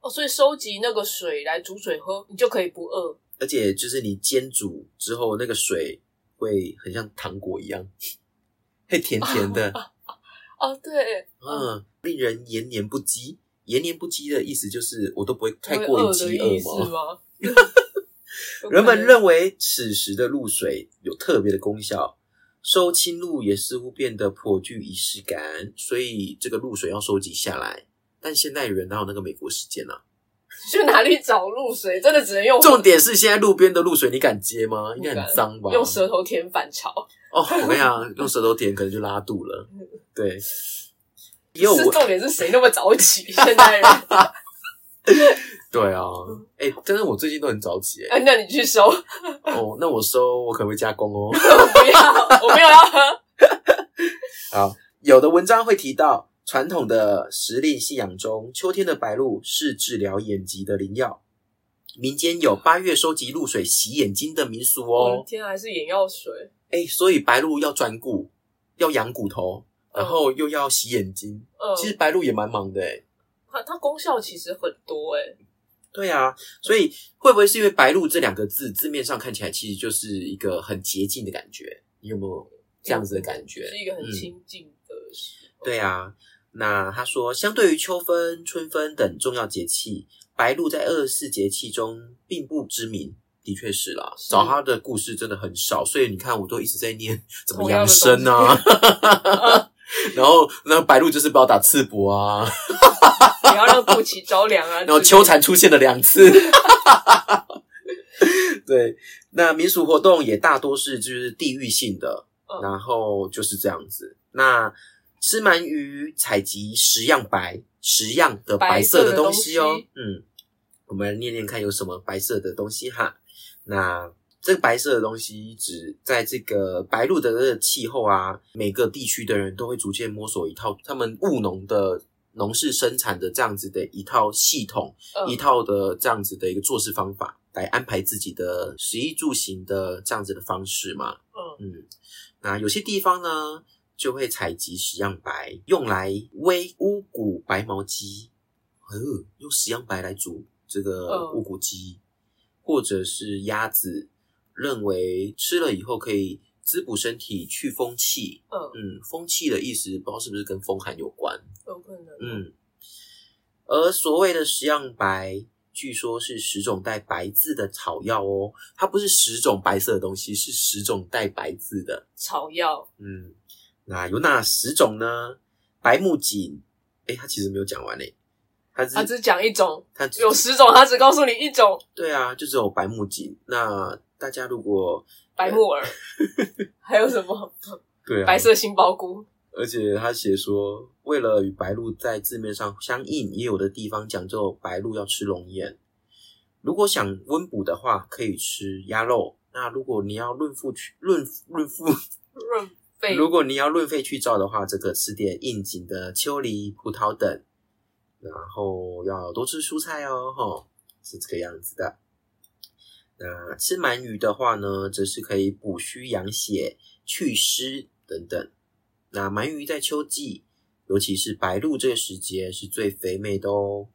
[SPEAKER 1] 哦，所以收集那个水来煮水喝，你就可以不饿。
[SPEAKER 2] 而且就是你煎煮之后，那个水会很像糖果一样，会甜甜 的，
[SPEAKER 1] 哦，对，
[SPEAKER 2] 嗯，令人延年不饥。延年不饥的意思就是我都不会太
[SPEAKER 1] 会
[SPEAKER 2] 过于
[SPEAKER 1] 饿的
[SPEAKER 2] 饥
[SPEAKER 1] 意
[SPEAKER 2] 饿
[SPEAKER 1] 思
[SPEAKER 2] 嘛。
[SPEAKER 1] 吗？有可 能
[SPEAKER 2] 人们认为此时的露水有特别的功效，收青露也似乎变得颇具仪式感，所以这个露水要收集下来。但现代人哪有那个美国时间啊？
[SPEAKER 1] 去哪里找露水，真的只 能用
[SPEAKER 2] 重点是现在路边的露水你敢接吗？应该很脏吧？
[SPEAKER 1] 用舌头舔反潮，
[SPEAKER 2] 哦，我跟你讲，用舌头舔可能就拉肚了。对，也有
[SPEAKER 1] 是
[SPEAKER 2] 我，
[SPEAKER 1] 重点是谁那么早起？现代人， 啊
[SPEAKER 2] 对啊，哎、但是我最近都很早起哎、
[SPEAKER 1] 哎那你去收，我
[SPEAKER 2] 哦，那我收我可能会加工哦。
[SPEAKER 1] 不要，我没有要喝。
[SPEAKER 2] 好，有的文章会提到，传统的时令信仰中，秋天的白露是治疗眼疾的灵药。民间有八月收集露水洗眼睛的民俗
[SPEAKER 1] 我的
[SPEAKER 2] 哦。
[SPEAKER 1] 天啊，还是眼药水，
[SPEAKER 2] 哎、所以白露要转骨，要养骨头，然后又要洗眼睛。
[SPEAKER 1] 嗯，
[SPEAKER 2] 其实白露也蛮忙的哎、
[SPEAKER 1] 它它功效其实很多哎、
[SPEAKER 2] 对啊，所以会不会是因为“白露”这两个字字面上看起来其实就是一个很洁净的感觉？你有没有这样子的感觉？
[SPEAKER 1] 是一个很亲近的时候。
[SPEAKER 2] 对啊，那他说，相对于秋分、春分等重要节气，白露在二十四节气中并不知名。的确是啦，
[SPEAKER 1] 是
[SPEAKER 2] 找他的故事真的很少，所以你看，我都一直在 念怎么
[SPEAKER 1] 同样
[SPEAKER 2] 养
[SPEAKER 1] 的
[SPEAKER 2] 生啊， 然后那白露就是标打赤膊啊，
[SPEAKER 1] 不要让肚脐着凉啊。
[SPEAKER 2] 嗯然后
[SPEAKER 1] 之类
[SPEAKER 2] 秋，蝉出现了两次。 对，那民俗活动也大多是就是地域性的，
[SPEAKER 1] 嗯
[SPEAKER 2] 然后就是这样子。那吃鳗鱼采集十样白十样的白色的东西哦，
[SPEAKER 1] 白色的东西
[SPEAKER 2] 嗯，我们来念念看有什么白色的东西哈。那这个白色的东西指在这个白露的这个气候啊，每个地区的人都会逐渐摸索一套他们务农的农事生产的这样子的一套系统，
[SPEAKER 1] 嗯
[SPEAKER 2] 一套的这样子的一个做事方法来安排自己的食衣住行的这样子的方式嘛。
[SPEAKER 1] 嗯
[SPEAKER 2] 嗯，那有些地方呢就会采集石样白，用来煨乌骨白毛鸡，哦，用石样白来煮这个
[SPEAKER 1] 嗯
[SPEAKER 2] 乌骨鸡，或者是鸭子，认为吃了以后可以滋补身体、去风气。
[SPEAKER 1] 嗯，
[SPEAKER 2] 嗯，风气的意思不知道是不是跟风寒有关。
[SPEAKER 1] 有可能。
[SPEAKER 2] 嗯，而所谓的十样白，据说是十种带白字的草药哦，它不是十种白色的东西，是十种带白字的。
[SPEAKER 1] 草药，
[SPEAKER 2] 嗯，那有哪十种呢？白木槿、哎，他其实没有讲完诶，他只
[SPEAKER 1] 他只讲一种，
[SPEAKER 2] 他只
[SPEAKER 1] 有十种，他只告诉你一种
[SPEAKER 2] 对啊，就只有白木槿。那大家如果
[SPEAKER 1] 白木 耳，还有什么
[SPEAKER 2] 对啊，
[SPEAKER 1] 白色杏鲍菇，
[SPEAKER 2] 而且他写说，为了与白鹭在字面上相应，也有的地方讲究白鹭要吃龙眼。如果想温补的话，可以吃鸭肉。那如果你要论腹去论论腹，
[SPEAKER 1] 润肺
[SPEAKER 2] 如果你要论肺去燥的话，这个吃点应景的秋梨、葡萄等，然后要多吃蔬菜哦，吼，是这个样子的。那吃鳗鱼的话呢，则是可以补虚养血、祛湿等等。那鳗鱼在秋季，尤其是白露这个时节，是最肥美的哦。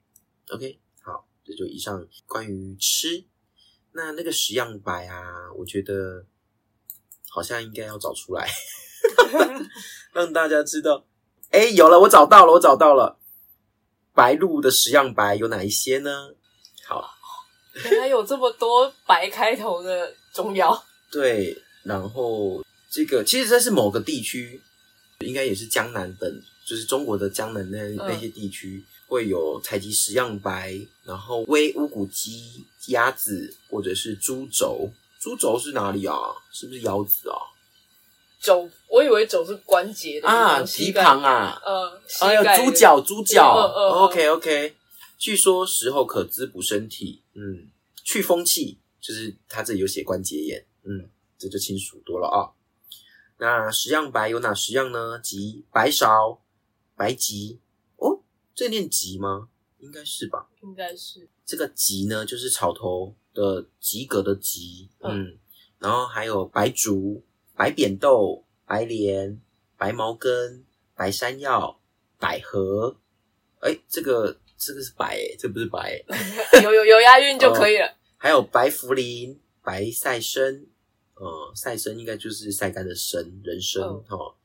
[SPEAKER 2] OK，好，这就以上关于吃。那那个十样白啊，我觉得好像应该要找出来，让大家知道。哎，有了，我找到了，我找到了。白露的十样白有哪一些呢？好，
[SPEAKER 1] 原来有这么多白开头的中药，
[SPEAKER 2] 对，然后这个其实这是某个地区，应该也是江南等，就是中国的江南那那些地区、会有采集十样白，然后煨乌骨鸡、鸭子或者是猪肘。猪肘是哪里啊？是不是腰子啊？
[SPEAKER 1] 肘，我以为肘是关节的地方
[SPEAKER 2] 啊，
[SPEAKER 1] 膝
[SPEAKER 2] 蹄
[SPEAKER 1] 盖
[SPEAKER 2] 膀啊，
[SPEAKER 1] 呃，膝
[SPEAKER 2] 哎
[SPEAKER 1] 盖
[SPEAKER 2] 呀，
[SPEAKER 1] 的
[SPEAKER 2] 猪脚，猪脚。
[SPEAKER 1] 嗯嗯嗯
[SPEAKER 2] OK OK，据说时候可滋补身体，嗯，去风气，就是他这里有写关节炎，嗯，这就清楚多了啊。那十样白有哪十样呢？即白芍、白芨，哦，这念芨吗？应该是吧。
[SPEAKER 1] 应该是
[SPEAKER 2] 这个及呢，就是草头的及格的及，嗯，然后还有白术、白扁豆、白莲、白茅根、白山药、百合，哎，这个这个是白、诶这不是白、诶
[SPEAKER 1] 有有有押
[SPEAKER 2] 哦
[SPEAKER 1] 韵就可以了。
[SPEAKER 2] 还有白茯苓、白赛参，呃，赛参应该就是晒干的参，人参
[SPEAKER 1] 嗯
[SPEAKER 2] 哦。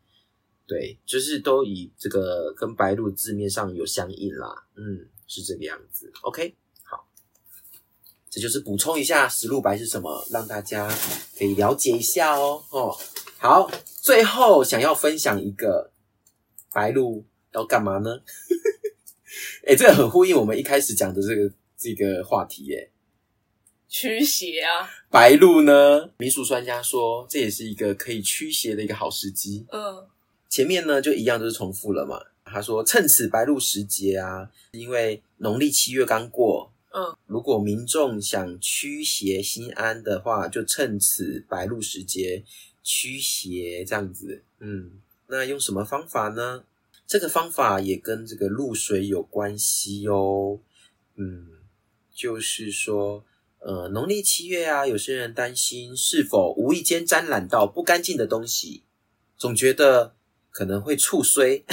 [SPEAKER 2] 对，就是都以这个跟白露字面上有相应啦，嗯，是这个样子。OK，好，这就是补充一下石露白是什么，让大家可以了解一下哦。哦，好，最后想要分享一个白露要干嘛呢？ 哎、这个很呼应我们一开始讲的这个这个话题耶、
[SPEAKER 1] 驱邪啊，
[SPEAKER 2] 白露呢，民俗专家说这也是一个可以驱邪的一个好时机。
[SPEAKER 1] 嗯，
[SPEAKER 2] 前面呢就一样都是重复了嘛。他说趁此白露时节啊，因为农历七月刚过，
[SPEAKER 1] 嗯，
[SPEAKER 2] 如果民众想驱邪心安的话，就趁此白露时节驱邪这样子。嗯，那用什么方法呢？这个方法也跟这个露水有关系哦。嗯，就是说，呃，农历七月啊，有些人担心是否无意间沾染到不干净的东西，总觉得可能会触衰。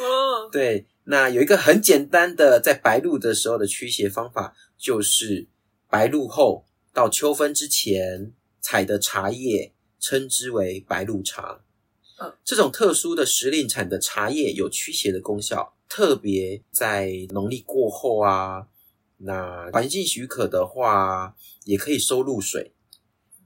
[SPEAKER 1] 嗯，
[SPEAKER 2] 对，那有一个很简单的，在白露的时候的驱邪方法，就是白露后到秋分之前采的茶叶，称之为白露茶。
[SPEAKER 1] 嗯
[SPEAKER 2] 这种特殊的时令产的茶叶有驱邪的功效，特别在农历过后啊，那环境许可的话，也可以收露水。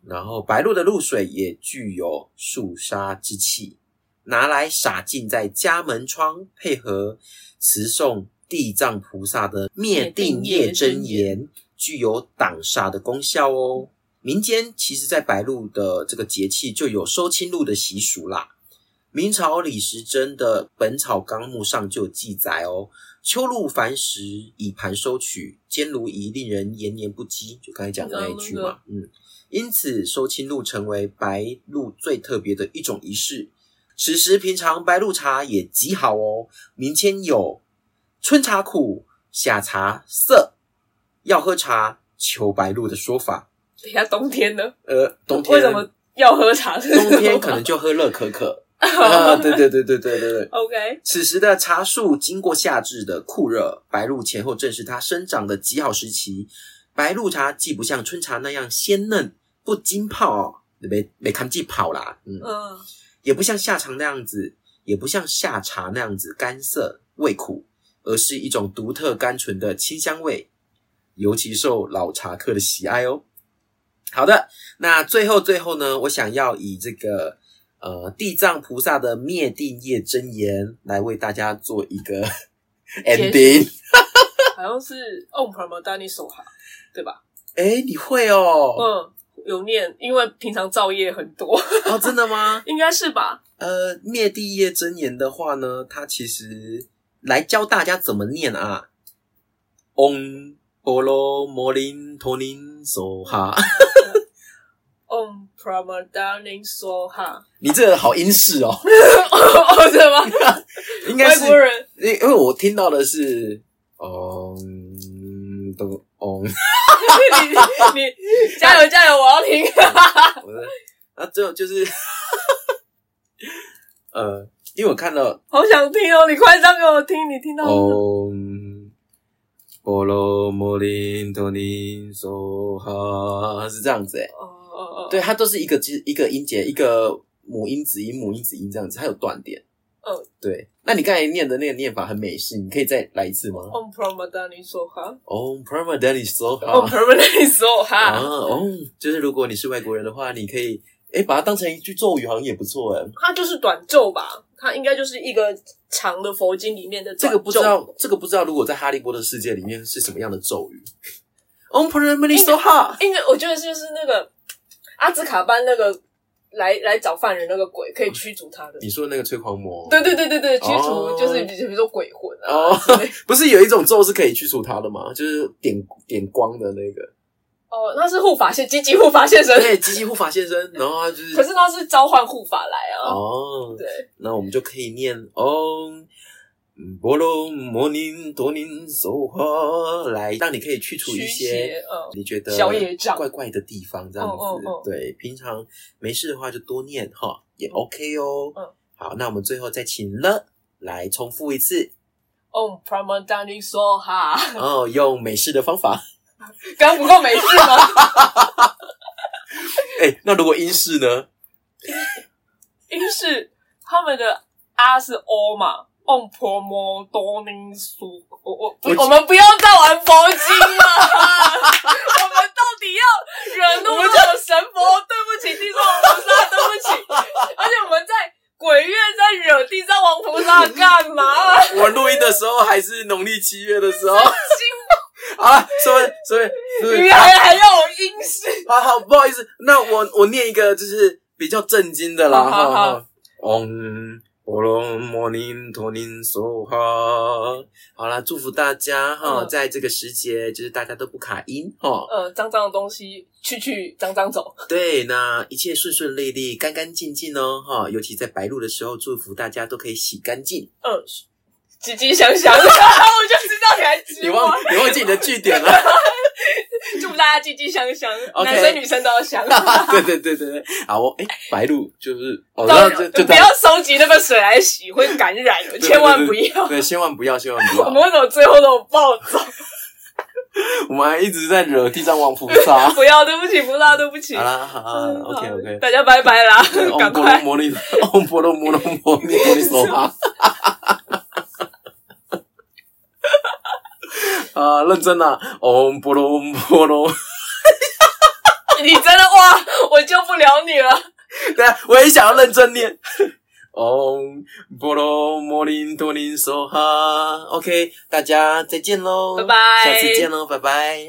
[SPEAKER 2] 然后白露的露水也具有肃杀之气，拿来洒浸在家门窗，配合持诵地藏菩萨的灭定业真言，具有挡煞的功效哦。民间其实，在白露的这个节气就有收青露的习俗啦。明朝李时珍的《本草纲目》上就有记载哦，秋露繁时以盘收取，坚如饴令人延年不饥，就刚才讲的那一句嘛，嗯。因此，收青露成为白露最特别的一种仪式。此时平常白露茶也极好哦，民间有春茶苦，夏茶涩，要喝茶求白露的说法。
[SPEAKER 1] 等一下冬天呢？
[SPEAKER 2] 呃，冬天
[SPEAKER 1] 为什么要喝茶？
[SPEAKER 2] 冬天可能就喝热可可啊，对对对对对对对。
[SPEAKER 1] OK，
[SPEAKER 2] 此时的茶树经过夏至的酷热，白露前后正是它生长的极好时期。白露茶既不像春茶那样鲜嫩，不浸泡哦，没没看浸泡啦，嗯，
[SPEAKER 1] 嗯，
[SPEAKER 2] 也不像夏茶那样子，也不像夏茶那样子干涩味苦，而是一种独特甘醇的清香味，尤其受老茶客的喜爱哦。好的，那最后最后呢，我想要以这个呃地藏菩萨的灭定业真言来为大家做一个 ending。
[SPEAKER 1] 好像是 Om Pramodani Soha，对吧？
[SPEAKER 2] 哎，你会哦？
[SPEAKER 1] 嗯，有念，因为平常造业很多，
[SPEAKER 2] 哦，真的吗？
[SPEAKER 1] 应该是吧？
[SPEAKER 2] 呃，灭地业真言的话呢，它其实来教大家怎么念啊。嗡波罗摩林陀林梭哈，
[SPEAKER 1] Om Pramodani Soha，
[SPEAKER 2] 你这个好英式哦，
[SPEAKER 1] 哦，对吗？
[SPEAKER 2] 应该
[SPEAKER 1] 外
[SPEAKER 2] 是
[SPEAKER 1] 国人
[SPEAKER 2] 因因为我听到的是，嗯，都嗯，
[SPEAKER 1] 你你你加油加油，我要听。
[SPEAKER 2] 我的，啊，最后就是， 呃，因为我看到，
[SPEAKER 1] 好想听哦！你快唱给我听，你听到是什么
[SPEAKER 2] 嗯，波罗摩林托尼梭哈，是这样子诶、欸
[SPEAKER 1] 哦哦哦，
[SPEAKER 2] 对，，它都是一个字一个音节，一个母音子音母音子音这样子，它有断点。
[SPEAKER 1] 嗯，
[SPEAKER 2] 对。那你刚才念的那个念法很美式，你可以再来一次吗 Oh,
[SPEAKER 1] Om Pramodani
[SPEAKER 2] 啊
[SPEAKER 1] Soha。
[SPEAKER 2] ？Om p r a m a d a n i soha。
[SPEAKER 1] 哦 p r a m a d a n i Soha，
[SPEAKER 2] 哦，就是如果你是外国人的话，你可以诶把它当成一句咒语，好像也不错诶。
[SPEAKER 1] 它就是短咒吧？它应该就是一个长的佛经里面的
[SPEAKER 2] 这
[SPEAKER 1] 短
[SPEAKER 2] 个不知
[SPEAKER 1] 咒
[SPEAKER 2] 道，这个不知道，如果在哈利波特世界里面是什么样的咒语？Om
[SPEAKER 1] Oh,
[SPEAKER 2] p r a m a d a n i soha。
[SPEAKER 1] 应该我觉得就是那个阿兹卡班那个来来找犯人那个鬼可以驱逐他的。
[SPEAKER 2] 你说那个催狂魔？
[SPEAKER 1] 对对对对对，驱
[SPEAKER 2] 哦
[SPEAKER 1] 逐就是比比如说鬼魂啊，
[SPEAKER 2] 哦， 不是有一种咒是可以驱除它的吗？就是点点光的那个，
[SPEAKER 1] 哦，那是护法现积极护法现身，
[SPEAKER 2] 对，吉吉护法先生，然后他就是
[SPEAKER 1] 可是那是召唤护法来啊，
[SPEAKER 2] 哦，
[SPEAKER 1] 对，
[SPEAKER 2] 那我们就可以念哦。波罗摩尼多尼梭哈来，让你可以去除一
[SPEAKER 1] 驱
[SPEAKER 2] 些
[SPEAKER 1] 邪，嗯，
[SPEAKER 2] 你觉得
[SPEAKER 1] 消业障
[SPEAKER 2] 怪怪的地方，这样子。
[SPEAKER 1] 嗯嗯嗯
[SPEAKER 2] 对，平常没事的话就多念哈，也 OK 哦。
[SPEAKER 1] 嗯
[SPEAKER 2] 好，那我们最后再请了来重复一次
[SPEAKER 1] Om Pramodani Soha。
[SPEAKER 2] 哦，用美式的方法。
[SPEAKER 1] 刚不够美式吗？
[SPEAKER 2] 哎、那如果英式呢？
[SPEAKER 1] 英式他们的 R 是 O 嘛，On promo doning su，我我
[SPEAKER 2] 我
[SPEAKER 1] 我们不要再玩佛经了， 我们到底要惹怒这种神佛？对不起，地藏王菩萨，对不起，而且我们在鬼月在惹地藏王菩萨干嘛？
[SPEAKER 2] 我录音的时候还是农历七月的时
[SPEAKER 1] 哦
[SPEAKER 2] 候。
[SPEAKER 1] 心
[SPEAKER 2] 好了，所以所以所以
[SPEAKER 1] 里，还还啊要有英式，
[SPEAKER 2] 好好不好意思，那我我念一个就是比较震惊的啦。
[SPEAKER 1] 好好好
[SPEAKER 2] 哈。嗡波罗摩尼陀尼梭哈。好啦，祝福大家哈，
[SPEAKER 1] 嗯
[SPEAKER 2] 在这个时节，就是大家都不卡音哈。
[SPEAKER 1] 呃，脏脏的东西去去脏脏走，
[SPEAKER 2] 对，那一切顺顺利利、干干净净哦哈。尤其在白露的时候，祝福大家都可以洗干净。
[SPEAKER 1] 嗯，吉吉祥 祥，我就知道 你还知
[SPEAKER 2] 你
[SPEAKER 1] 我
[SPEAKER 2] 忘你忘记你的据点了。
[SPEAKER 1] 祝大家积极向上，
[SPEAKER 2] OK
[SPEAKER 1] 男生女生都要想。
[SPEAKER 2] 对对对对对，好哦，哎、白露就是哦，
[SPEAKER 1] 到
[SPEAKER 2] 那就就
[SPEAKER 1] 不
[SPEAKER 2] 这
[SPEAKER 1] 要
[SPEAKER 2] 样。
[SPEAKER 1] 收集那个水来洗，会感染，
[SPEAKER 2] 对
[SPEAKER 1] 千万不要。
[SPEAKER 2] 对，千万不要，千万不 要。
[SPEAKER 1] 我们为什么最后都有暴走？。
[SPEAKER 2] 我们还一直在惹地藏王菩萨
[SPEAKER 1] 不要，对不起，不啦，对不起。
[SPEAKER 2] 好啦，好 啦
[SPEAKER 1] 嗯
[SPEAKER 2] ，OK
[SPEAKER 1] 好
[SPEAKER 2] OK。
[SPEAKER 1] 大家拜拜啦，赶
[SPEAKER 2] 嗡波罗
[SPEAKER 1] 快。
[SPEAKER 2] 摩尼，嗡波罗摩罗摩尼哦陀利娑哈。 啊，认真啊！嗡波罗摩罗，
[SPEAKER 1] 你真的哇，我救不了你了。
[SPEAKER 2] 对啊，我也想要认真念。 嗡波罗摩尼陀利娑哈。OK，大家再见喽，
[SPEAKER 1] 拜拜
[SPEAKER 2] 下次见喽，拜拜。